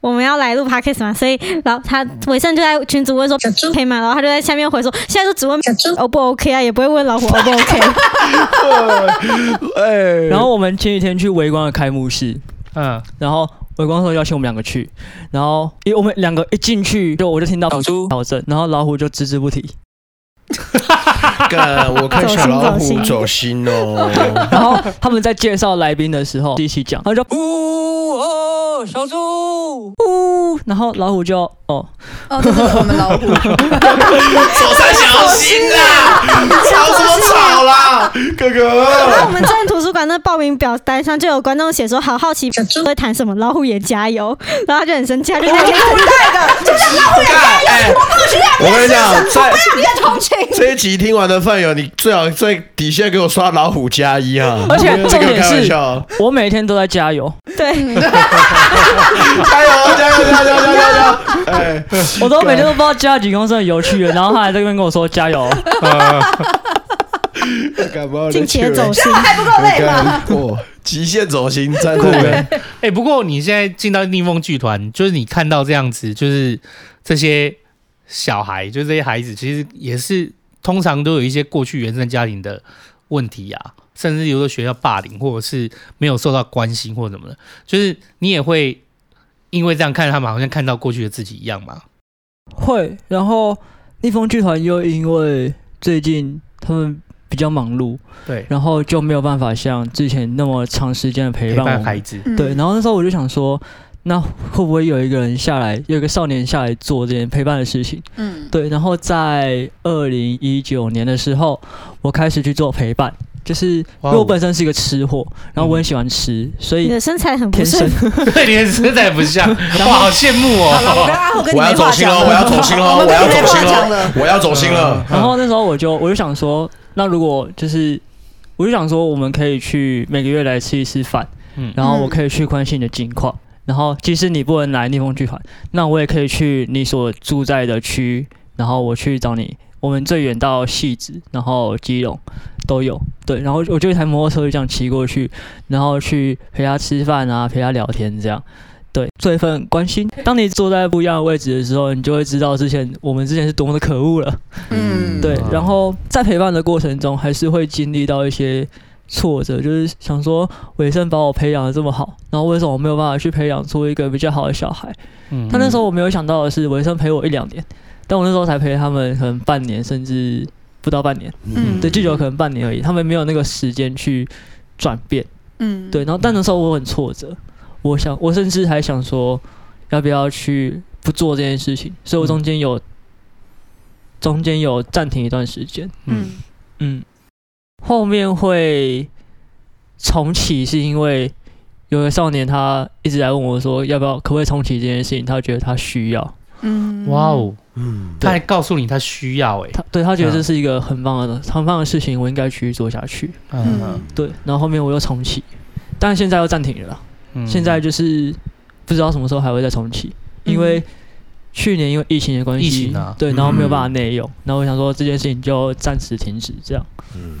我们要来录 podcast 嘛，所以然后他伟盛就在群主问说可以吗？然后他就在下面回说，现在就只问 O 不 OK 啊，也不会问老虎 O 不 OK。哎，然后我们前几天去围观的开幕式，嗯，然后伟光说邀请我们两个去，然后因为我们两个一进去，就我就听到小猪保证，然后老虎就只字不提，干，我看小老虎走心哦。然后他们在介绍来宾的时候一起讲，他就呜哦，小猪，呜，然后老虎就 *laughs* 哦，哦，这是我们老虎，走三小心啦，吵什么吵啦，哥然后哥。我们站图书馆那报名表单上就有观众写说，好好奇会谈什么，老虎也加 *laughs* 油。然后他就很生气，他就在那边干，哎，我跟你讲，在你在同情。这一集听完的饭友，你最好在底下给我刷老虎加一啊！而且因为这重个点开玩是笑，我每天都在加油， *laughs* 对，加油加油加油加油加油！哎， *laughs* 我都每天都不知道加几公升的油去了，然后他还在那边跟我说加油，感冒尽情走心。累吗？哦，极限走心，站这边。哎、不过你现在进到逆风剧团，就是你看到这样子，就是这些小孩，就是这些孩子，其实也是通常都有一些过去原生家庭的问题啊，甚至有的学校霸凌，或者是没有受到关心或者怎么的，就是你也会因为这样看他们，好像看到过去的自己一样嘛。 *laughs* 会，然后逆风剧团又因为最近他们比较忙碌，对，然后就没有办法像之前那么长时间的陪陪伴我伴们孩子，对，然后那时候我就想说，那会不会有一个人下来，有一个少年下来做这件陪伴的事情？嗯，对，然后在二零一九年的时候，我开始去做陪伴，就是因哇为哦我本身是一个吃货，然后我很喜欢吃，所你以的身材很不天生顺， *laughs* 对，你的身材不 *laughs* 像，哇，好羡慕好了，我跟哦。阿虎跟你我要没走话心讲了，了，我要走心了，我我跟要你走没心话讲了，了。我要走心了。然后那时候我就我就想说，那如果就是我就想说，我们可以去每个月来吃一次饭，嗯然后我可以去关心你的近况。然后，即使你不能来逆风剧团，那我也可以去你所住在的区，然后我去找你。我们最远到戏子，然后基隆都有。对，然后我就一台摩托车就这样骑过去，然后去陪他吃饭啊，陪他聊天这样。对，做一份关心。当你坐在不一样的位置的时候，你就会知道之前我们之前是多么的可恶了。嗯，对嗯，然后在陪伴的过程中，还是会经历到一些挫折，就是想说伟盛把我培养的这么好，然后为什么我没有办法去培养出一个比较好的小孩？嗯但那时候我没有想到的是，伟盛陪我一两年，但我那时候才陪他们可能半年，甚至不到半年，嗯对，最久可能半年而已，他们没有那个时间去转变，嗯，对，然后但那时候我很挫折，我想我甚至还想说要不要去不做这件事情，所以我中间有、中间有暂停一段时间。嗯，嗯，后面会重启是因为有个少年他一直来问我说要不要可不可以重启这件事情，他觉得他需要，嗯，哇，哦，嗯，他还告诉你他需要哎、他对他觉得这是一个很棒的、很棒的事情，我应该继续做下去。嗯对，然后后面我又重启，但现在又暂停了啦，嗯现在就是不知道什么时候还会再重启，因为。去年因为疫情的关嗯系，疫情啊对，然后没嗯有办法内用，然后我想说这件事情就暂时停止这样。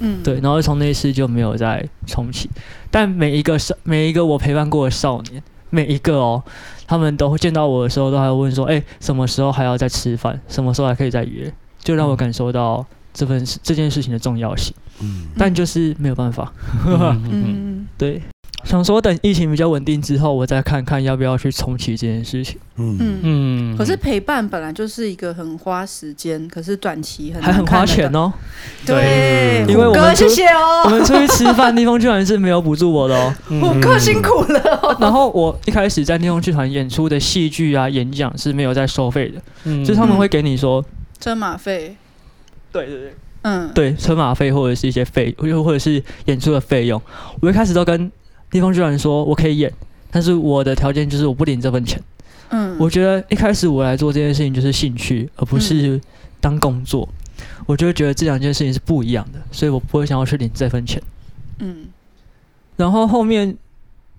嗯，对，，然后从那一次就没有再重启。但每一个少，每一个我陪伴过的少年，每一个哦，他们都见到我的时候，都还会问说：“哎、什么时候还要再吃饭？什么时候还可以再约？”就让我感受到这份事这件事情的重要性。但就是没有办法， *laughs* *laughs* 嗯嗯，对，想说等疫情比较稳定之后，我再看看要不要去重启这件事情，嗯，嗯，嗯，可是陪伴本来就是一个很花时间，可是短期很还很花钱呢。哦。对，因为我虎们哥就谢谢我哦，们出去吃饭，地方居然是没有补助我的 *laughs* 哦。虎哥辛苦了哦。然后我一开始在内容剧团演出的戏剧啊、演讲是没有在收费的，嗯就是他们会给你说，车马费，对对对，嗯，对车马费或者是一些费，又或者是演出的费用。我一开始都跟地方剧团说，我可以演，但是我的条件就是我不领这份钱。嗯，我觉得一开始我来做这件事情就是兴趣，而不是当工作。我就会觉得这两件事情是不一样的，所以我不会想要去领这份钱。嗯然后后面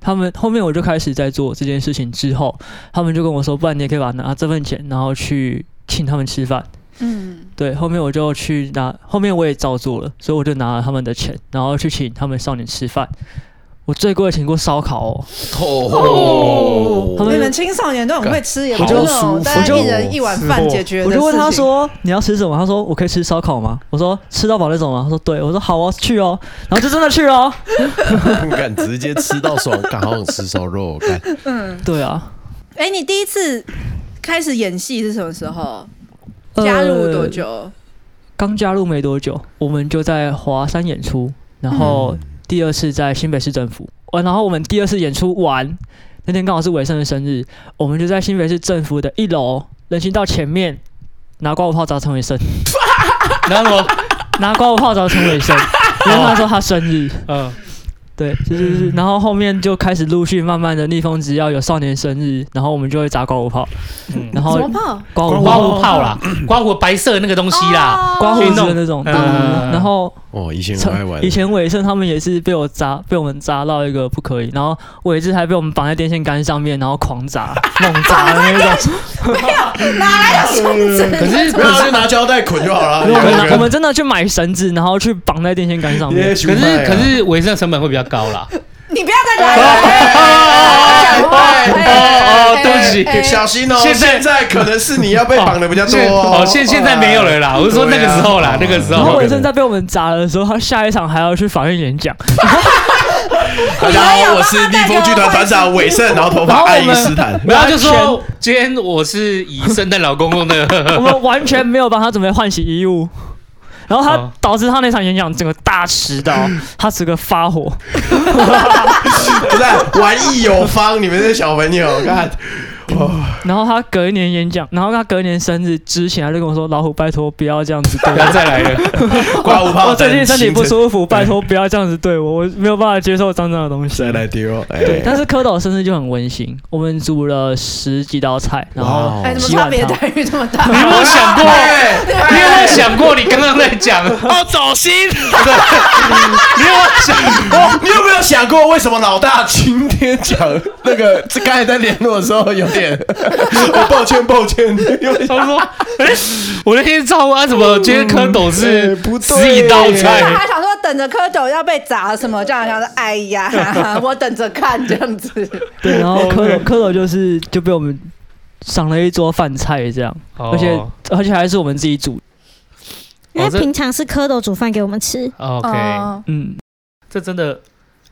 他们后面我就开始在做这件事情之后，他们就跟我说，不然你也可以把拿这份钱，然后去请他们吃饭。嗯对，后面我就去拿，后面我也照做了，所以我就拿了他们的钱，然后去请他们少年吃饭。我最贵的请过烧烤哦，哦，他你们们青少年都很会吃，也不好是那舒种服大家我一就人一碗饭解决的我事情。就问他说你要吃什么，他说我可以吃烧烤吗？我说吃到饱那种吗？他说对，我说好哦，去哦，然后就真的去哦。不敢直接吃到手，干好想吃烧肉，干对啊，：“哎，你第一次开始演戏是什么时候？呃加入多？久？刚加入没多久，我们就在华山演出，然嗯后第二次在新北市政府，哦，然后我们第二次演出完那天刚好是伟盛的生日，我们就在新北市政府的一楼人行道前面拿刮胡泡砸陈伟盛， *laughs* 然后我，拿刮胡泡砸陈 *laughs* 伟盛，因为他说他生日，嗯， *laughs* 对，就是就是，然后后面就开始陆续慢慢的逆风，只要有少年生日，然后我们就会砸刮胡泡，嗯然什后么炮？刮胡刮泡胡泡啦，刮胡白色的那个东西啦，刮胡去子弄的那种，嗯对对对然后哦，以前很爱玩，以前伟盛他们也是被我砸，被我们砸到一个不可以，然后伟志还被我们绑在电线杆上面，然后狂砸、 *laughs* 猛砸的那种。哪嗯来的虫子？ *laughs* 可是没有就拿胶带捆就好 *laughs* 了。我们我们真的去买绳子，然后去绑在电线杆上面。可是可是维生成本会比较高啦。你不要再讲哎了。哦哦，哎 *laughs* 对不起，小心哦！现在现在可能是你要被绑的比较多现哦哦。啊现现在没有了啦，我是说那个时候啦，那对啊个时然后候伟盛在被我们砸的时候，他下一场还要去法院演讲，大家哎好，我是逆风剧团团长伟盛，然后头发爱因斯 *laughs* 坦。然后就说今天我是以圣诞老公公的，我们完全没有帮他准备换洗衣物。然后他哦导致他那场演讲整个大迟到，他整个发火。不是玩意有方，你们这些小朋友，看哦然后他隔一年演讲，然后他隔一年生日之前，他就跟我说：“老虎，拜托不要这样子对不我要再来了。刮胡泡，我最近身体不舒服，拜托不要这样子对我，我没有办法接受脏脏的东西再。来丢。哎对对，但是蝌蚪生日就很温馨，我们煮了十几道菜，然后哎，怎洗么差呃碗别汤。待遇这么大？你 *laughs* 有没有想过？你有没有想过你刚刚在讲？哦，走心。你有没有想 *laughs* 哦，你有没有想过为什么老大今天讲那个？这刚才在联络的时候有 *laughs* 点，我哦抱歉抱 *laughs* 歉，因为他说：“哎、我那天照顾啊，怎么今天蝌蚪是嗯不对十一道他菜还想说等着蝌蚪要被砸什么，这样想说，哎 *laughs* 呀，我等着看这样子。对，然 *laughs* 后蝌蚪蝌蚪就是就被我们赏了一桌饭菜这样，？”而且哦而且还是我们自己煮。因为这平常是蝌蚪煮饭给我们吃， ，OK，、哦嗯，这真的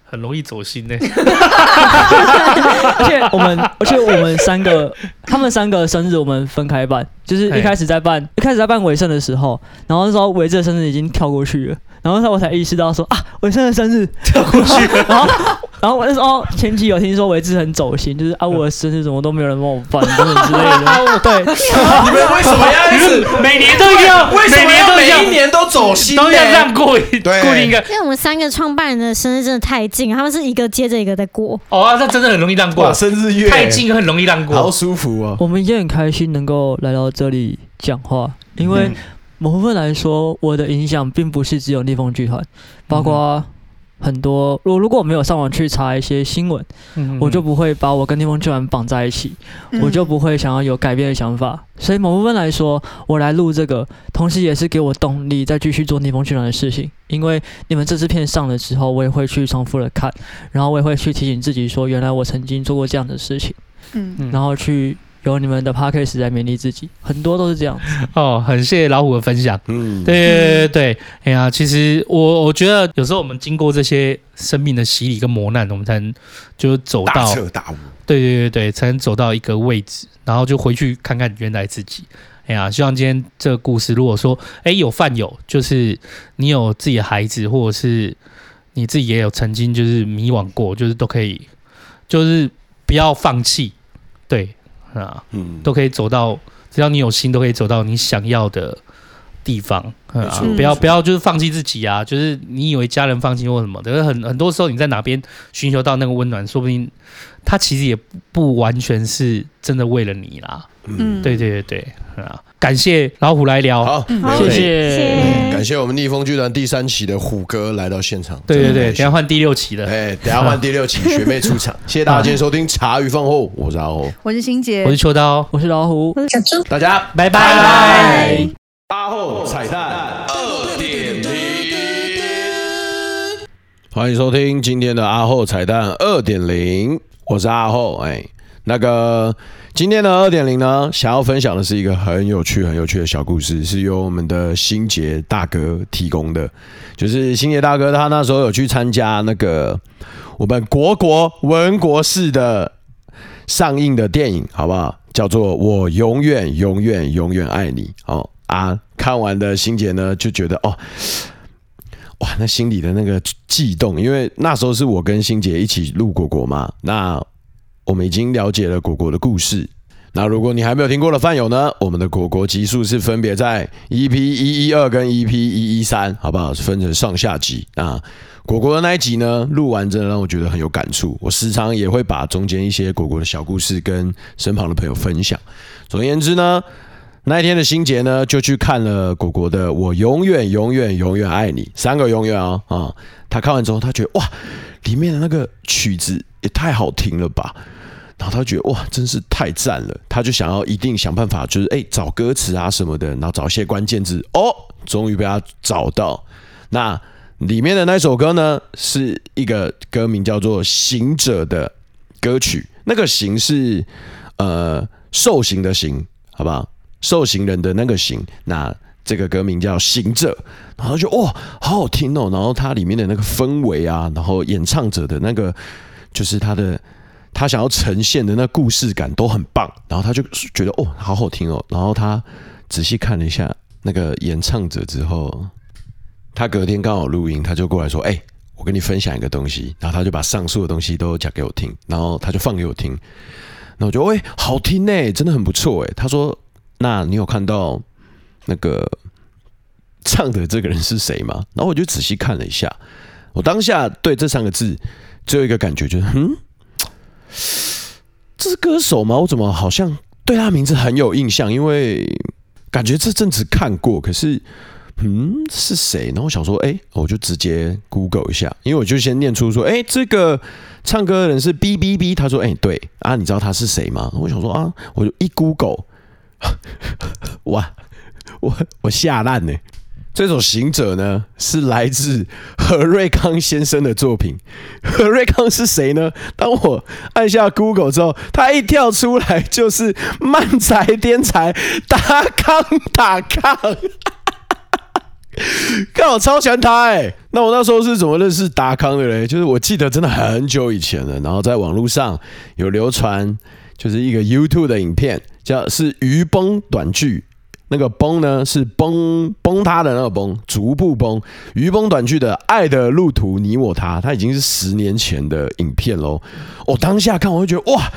很容易走心呢、而且我们而且我们三个他们三个生日我们分开办，就是嘿一开始在办一开始在办伟盛的时候，然后那时候伟志的生日已经跳过去了，然后我才意识到说啊伟盛的生日跳过去 *laughs* 然后，然后我那时候前期有听说维志很走心，就是啊，我的生日怎么都没有人帮我办，等等之类的。 *laughs* 对，你们为什么要一直？每年都要，为什么年要都每要一年都走心欸呢？都要让过一对固定一个？因为我们三个创办人的生日真的太近了，他们是一个接着一个在过。哦、啊，那真的很容易让哇，过，生日月太，近很容易让好过。舒服哦。我们也很开心能够来到这里讲话，因为某部分来说，我的影响并不是只有逆风剧团，包括很多。我如果我没有上网去查一些新闻，嗯我就不会把我跟逆风剧团绑在一起，嗯我就不会想要有改变的想法。所以某部分来说，我来录这个，同时也是给我动力，再继续做逆风剧团的事情。因为你们这支片上了之后，我也会去重复的看，然后我也会去提醒自己说，原来我曾经做过这样的事情，嗯，嗯然后去由你们的 podcast 来勉励自己，很多都是这样子。哦，很谢谢老虎的分享。嗯，对对对，对哎呀，其实我我觉得有时候我们经过这些生命的洗礼跟磨难，我们才能就走大到彻大悟。对对对对，才能走到一个位置，然后就回去看看原来自己。哎呀，希望今天这个故事，如果说哎有饭友，就是你有自己的孩子，或者是你自己也有曾经就是迷惘过，就是都可以，就是不要放弃，对啊，嗯，都可以走到，只要你有心，都可以走到你想要的地方，嗯啊没错不没要错不要就是放弃自己啊！就是你以为家人放弃或什么的，可是很很多时候你在哪边寻求到那个温暖，说不定他其实也不不完全是真的为了你啦。嗯，对对对对，嗯啊！感谢老虎来聊，好，没问嗯谢题。嗯谢。感谢我们逆风剧团第三期的虎哥来到现场。对对对，真的很等一下换第六期的，哎，等一下换第六期学妹出场，谢谢大家今天收听《茶余饭后》，我是阿欧，我是欣杰我，是秋刀，我是老虎，大家拜拜。阿后彩蛋二点零，欢迎收听今天的阿后彩蛋二点零，我是阿后，哎。那个今天的二点零呢，想要分享的是一个很有趣、很有趣的小故事，是由我们的新杰大哥提供的。就是新杰大哥他那时候有去参加那个我们国国文国式的上映的电影，好不好？叫做《我永远永远永远爱你》哦啊！看完的欣姐呢就觉得哦，哇，那心里的那个悸动，因为那时候是我跟欣姐一起录果果嘛，那我们已经了解了果果的故事。那如果你还没有听过的饭友呢，我们的果果集数是分别在 EP 一一二跟 EP 一一三，好不好？是分成上下集啊。那果果的那一集呢，录完真的让我觉得很有感触。我时常也会把中间一些果果的小故事跟身旁的朋友分享。总而言之呢，那一天的心杰呢，就去看了果果的《我永远永远永远爱你》三个永远哦啊、他看完之后，他觉得哇，里面的那个曲子也太好听了吧。然后他觉得哇，真是太赞了，他就想要一定想办法，就是哎找歌词啊什么的，然后找一些关键字哦，终于被他找到。那里面的那首歌呢，是一个歌名叫做《行者》的歌曲。那个“行”是呃受刑的“刑”，好不好？受刑人的那个“刑”。那这个歌名叫《行者》，然后就哇，好好听哦。然后它里面的那个氛围啊，然后演唱者的那个，就是他的他想要呈现的那故事感都很棒。然后他就觉得哦，好好听哦。然后他仔细看了一下那个演唱者之后，他隔天刚好录音，他就过来说：“哎、我跟你分享一个东西。”然后他就把上述的东西都讲给我听，然后他就放给我听。那我就喂、好听呢、真的很不错哎、他说：“那你有看到那个唱的这个人是谁吗？”然后我就仔细看了一下，我当下对这三个字只有一个感觉，就是嗯，这是歌手吗？我怎么好像对他名字很有印象？因为感觉这阵子看过，可是嗯，是谁？然后我想说，哎、我就直接 Google 一下，因为我就先念出说，哎、这个唱歌的人是 B B B，他说，哎、对啊，你知道他是谁吗？我想说啊，我就一 Google，哇，我我吓烂呢。这首《行者》呢，是来自何瑞康先生的作品。何瑞康是谁呢？当我按下 Google 之后，他一跳出来就是漫才天才达康达康。看我超喜欢他哎、那我那时候是怎么认识达康的嘞？就是我记得真的很久以前了，然后在网络上有流传，就是一个 YouTube 的影片，叫是鱼崩短剧。那个崩呢是崩崩塌的那个崩，逐步崩。鱼崩短剧的《爱的路途》，你我他，它已经是十年前的影片喽。我、当下看，我就觉得哇，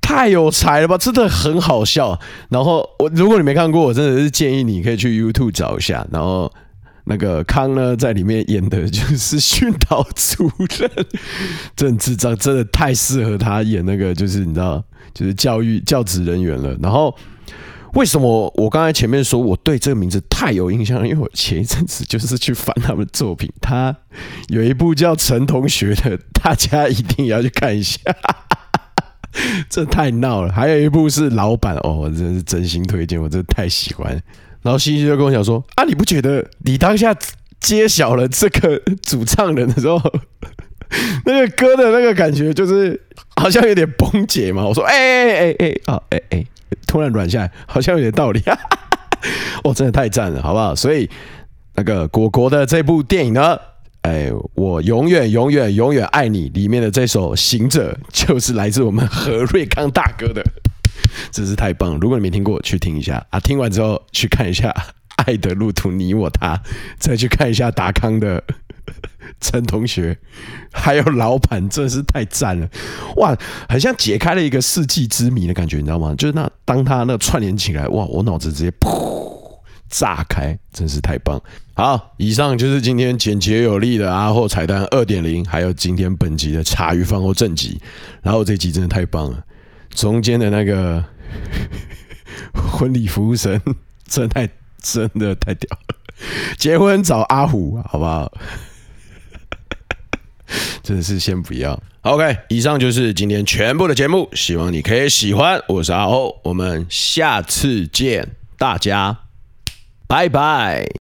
太有才了吧，真的很好笑。然后我如果你没看过，我真的是建议你可以去 YouTube 找一下。然后那个康呢，在里面演的就是训导主任，真的智障，真的太适合他演那个，就是你知道，就是教育教职人员了。然后。为什么我刚才前面说我对这个名字太有印象了？因为我前一阵子就是去翻他们的作品，他有一部叫《陈同学》的，大家一定也要去看一下。 *laughs* 这太闹了。还有一部是老板哦，我真是真心推荐，我真的太喜欢。然后西西就跟我讲说：“啊，你不觉得你当下揭晓了这个主唱人的时候， *laughs* 那个歌的那个感觉就是好像有点崩解嘛？”我说：“哎哎哎哎啊哎哎，突然软下来，好像有点道理。 *laughs* 哈哈哈哈”哦，真的太赞了，好不好？所以那个果果的这部电影呢，哎，我永远永远永远爱你里面的这首《行者》，就是来自我们何瑞康大哥的，真是太棒了！如果你没听过，去听一下啊，听完之后去看一下《爱的路途》，你我他，再去看一下达康的 *laughs* 陈同学，还有老板，真是太赞了！哇，很像解开了一个世纪之谜的感觉，你知道吗？就是那当他那串联起来，哇，我脑子直接噗，炸开，真是太棒！好，以上就是今天简洁有力的阿后彩蛋二点零，还有今天本集的茶余饭后正集。然后这集真的太棒了，中间的那个婚礼服务生 *laughs* 真的太真的太屌了， *laughs* 结婚找阿虎好不好？ *laughs* 真的是先不要。OK，以上就是今天全部的节目，希望你可以喜欢。我是阿欧，我们下次见，大家拜拜。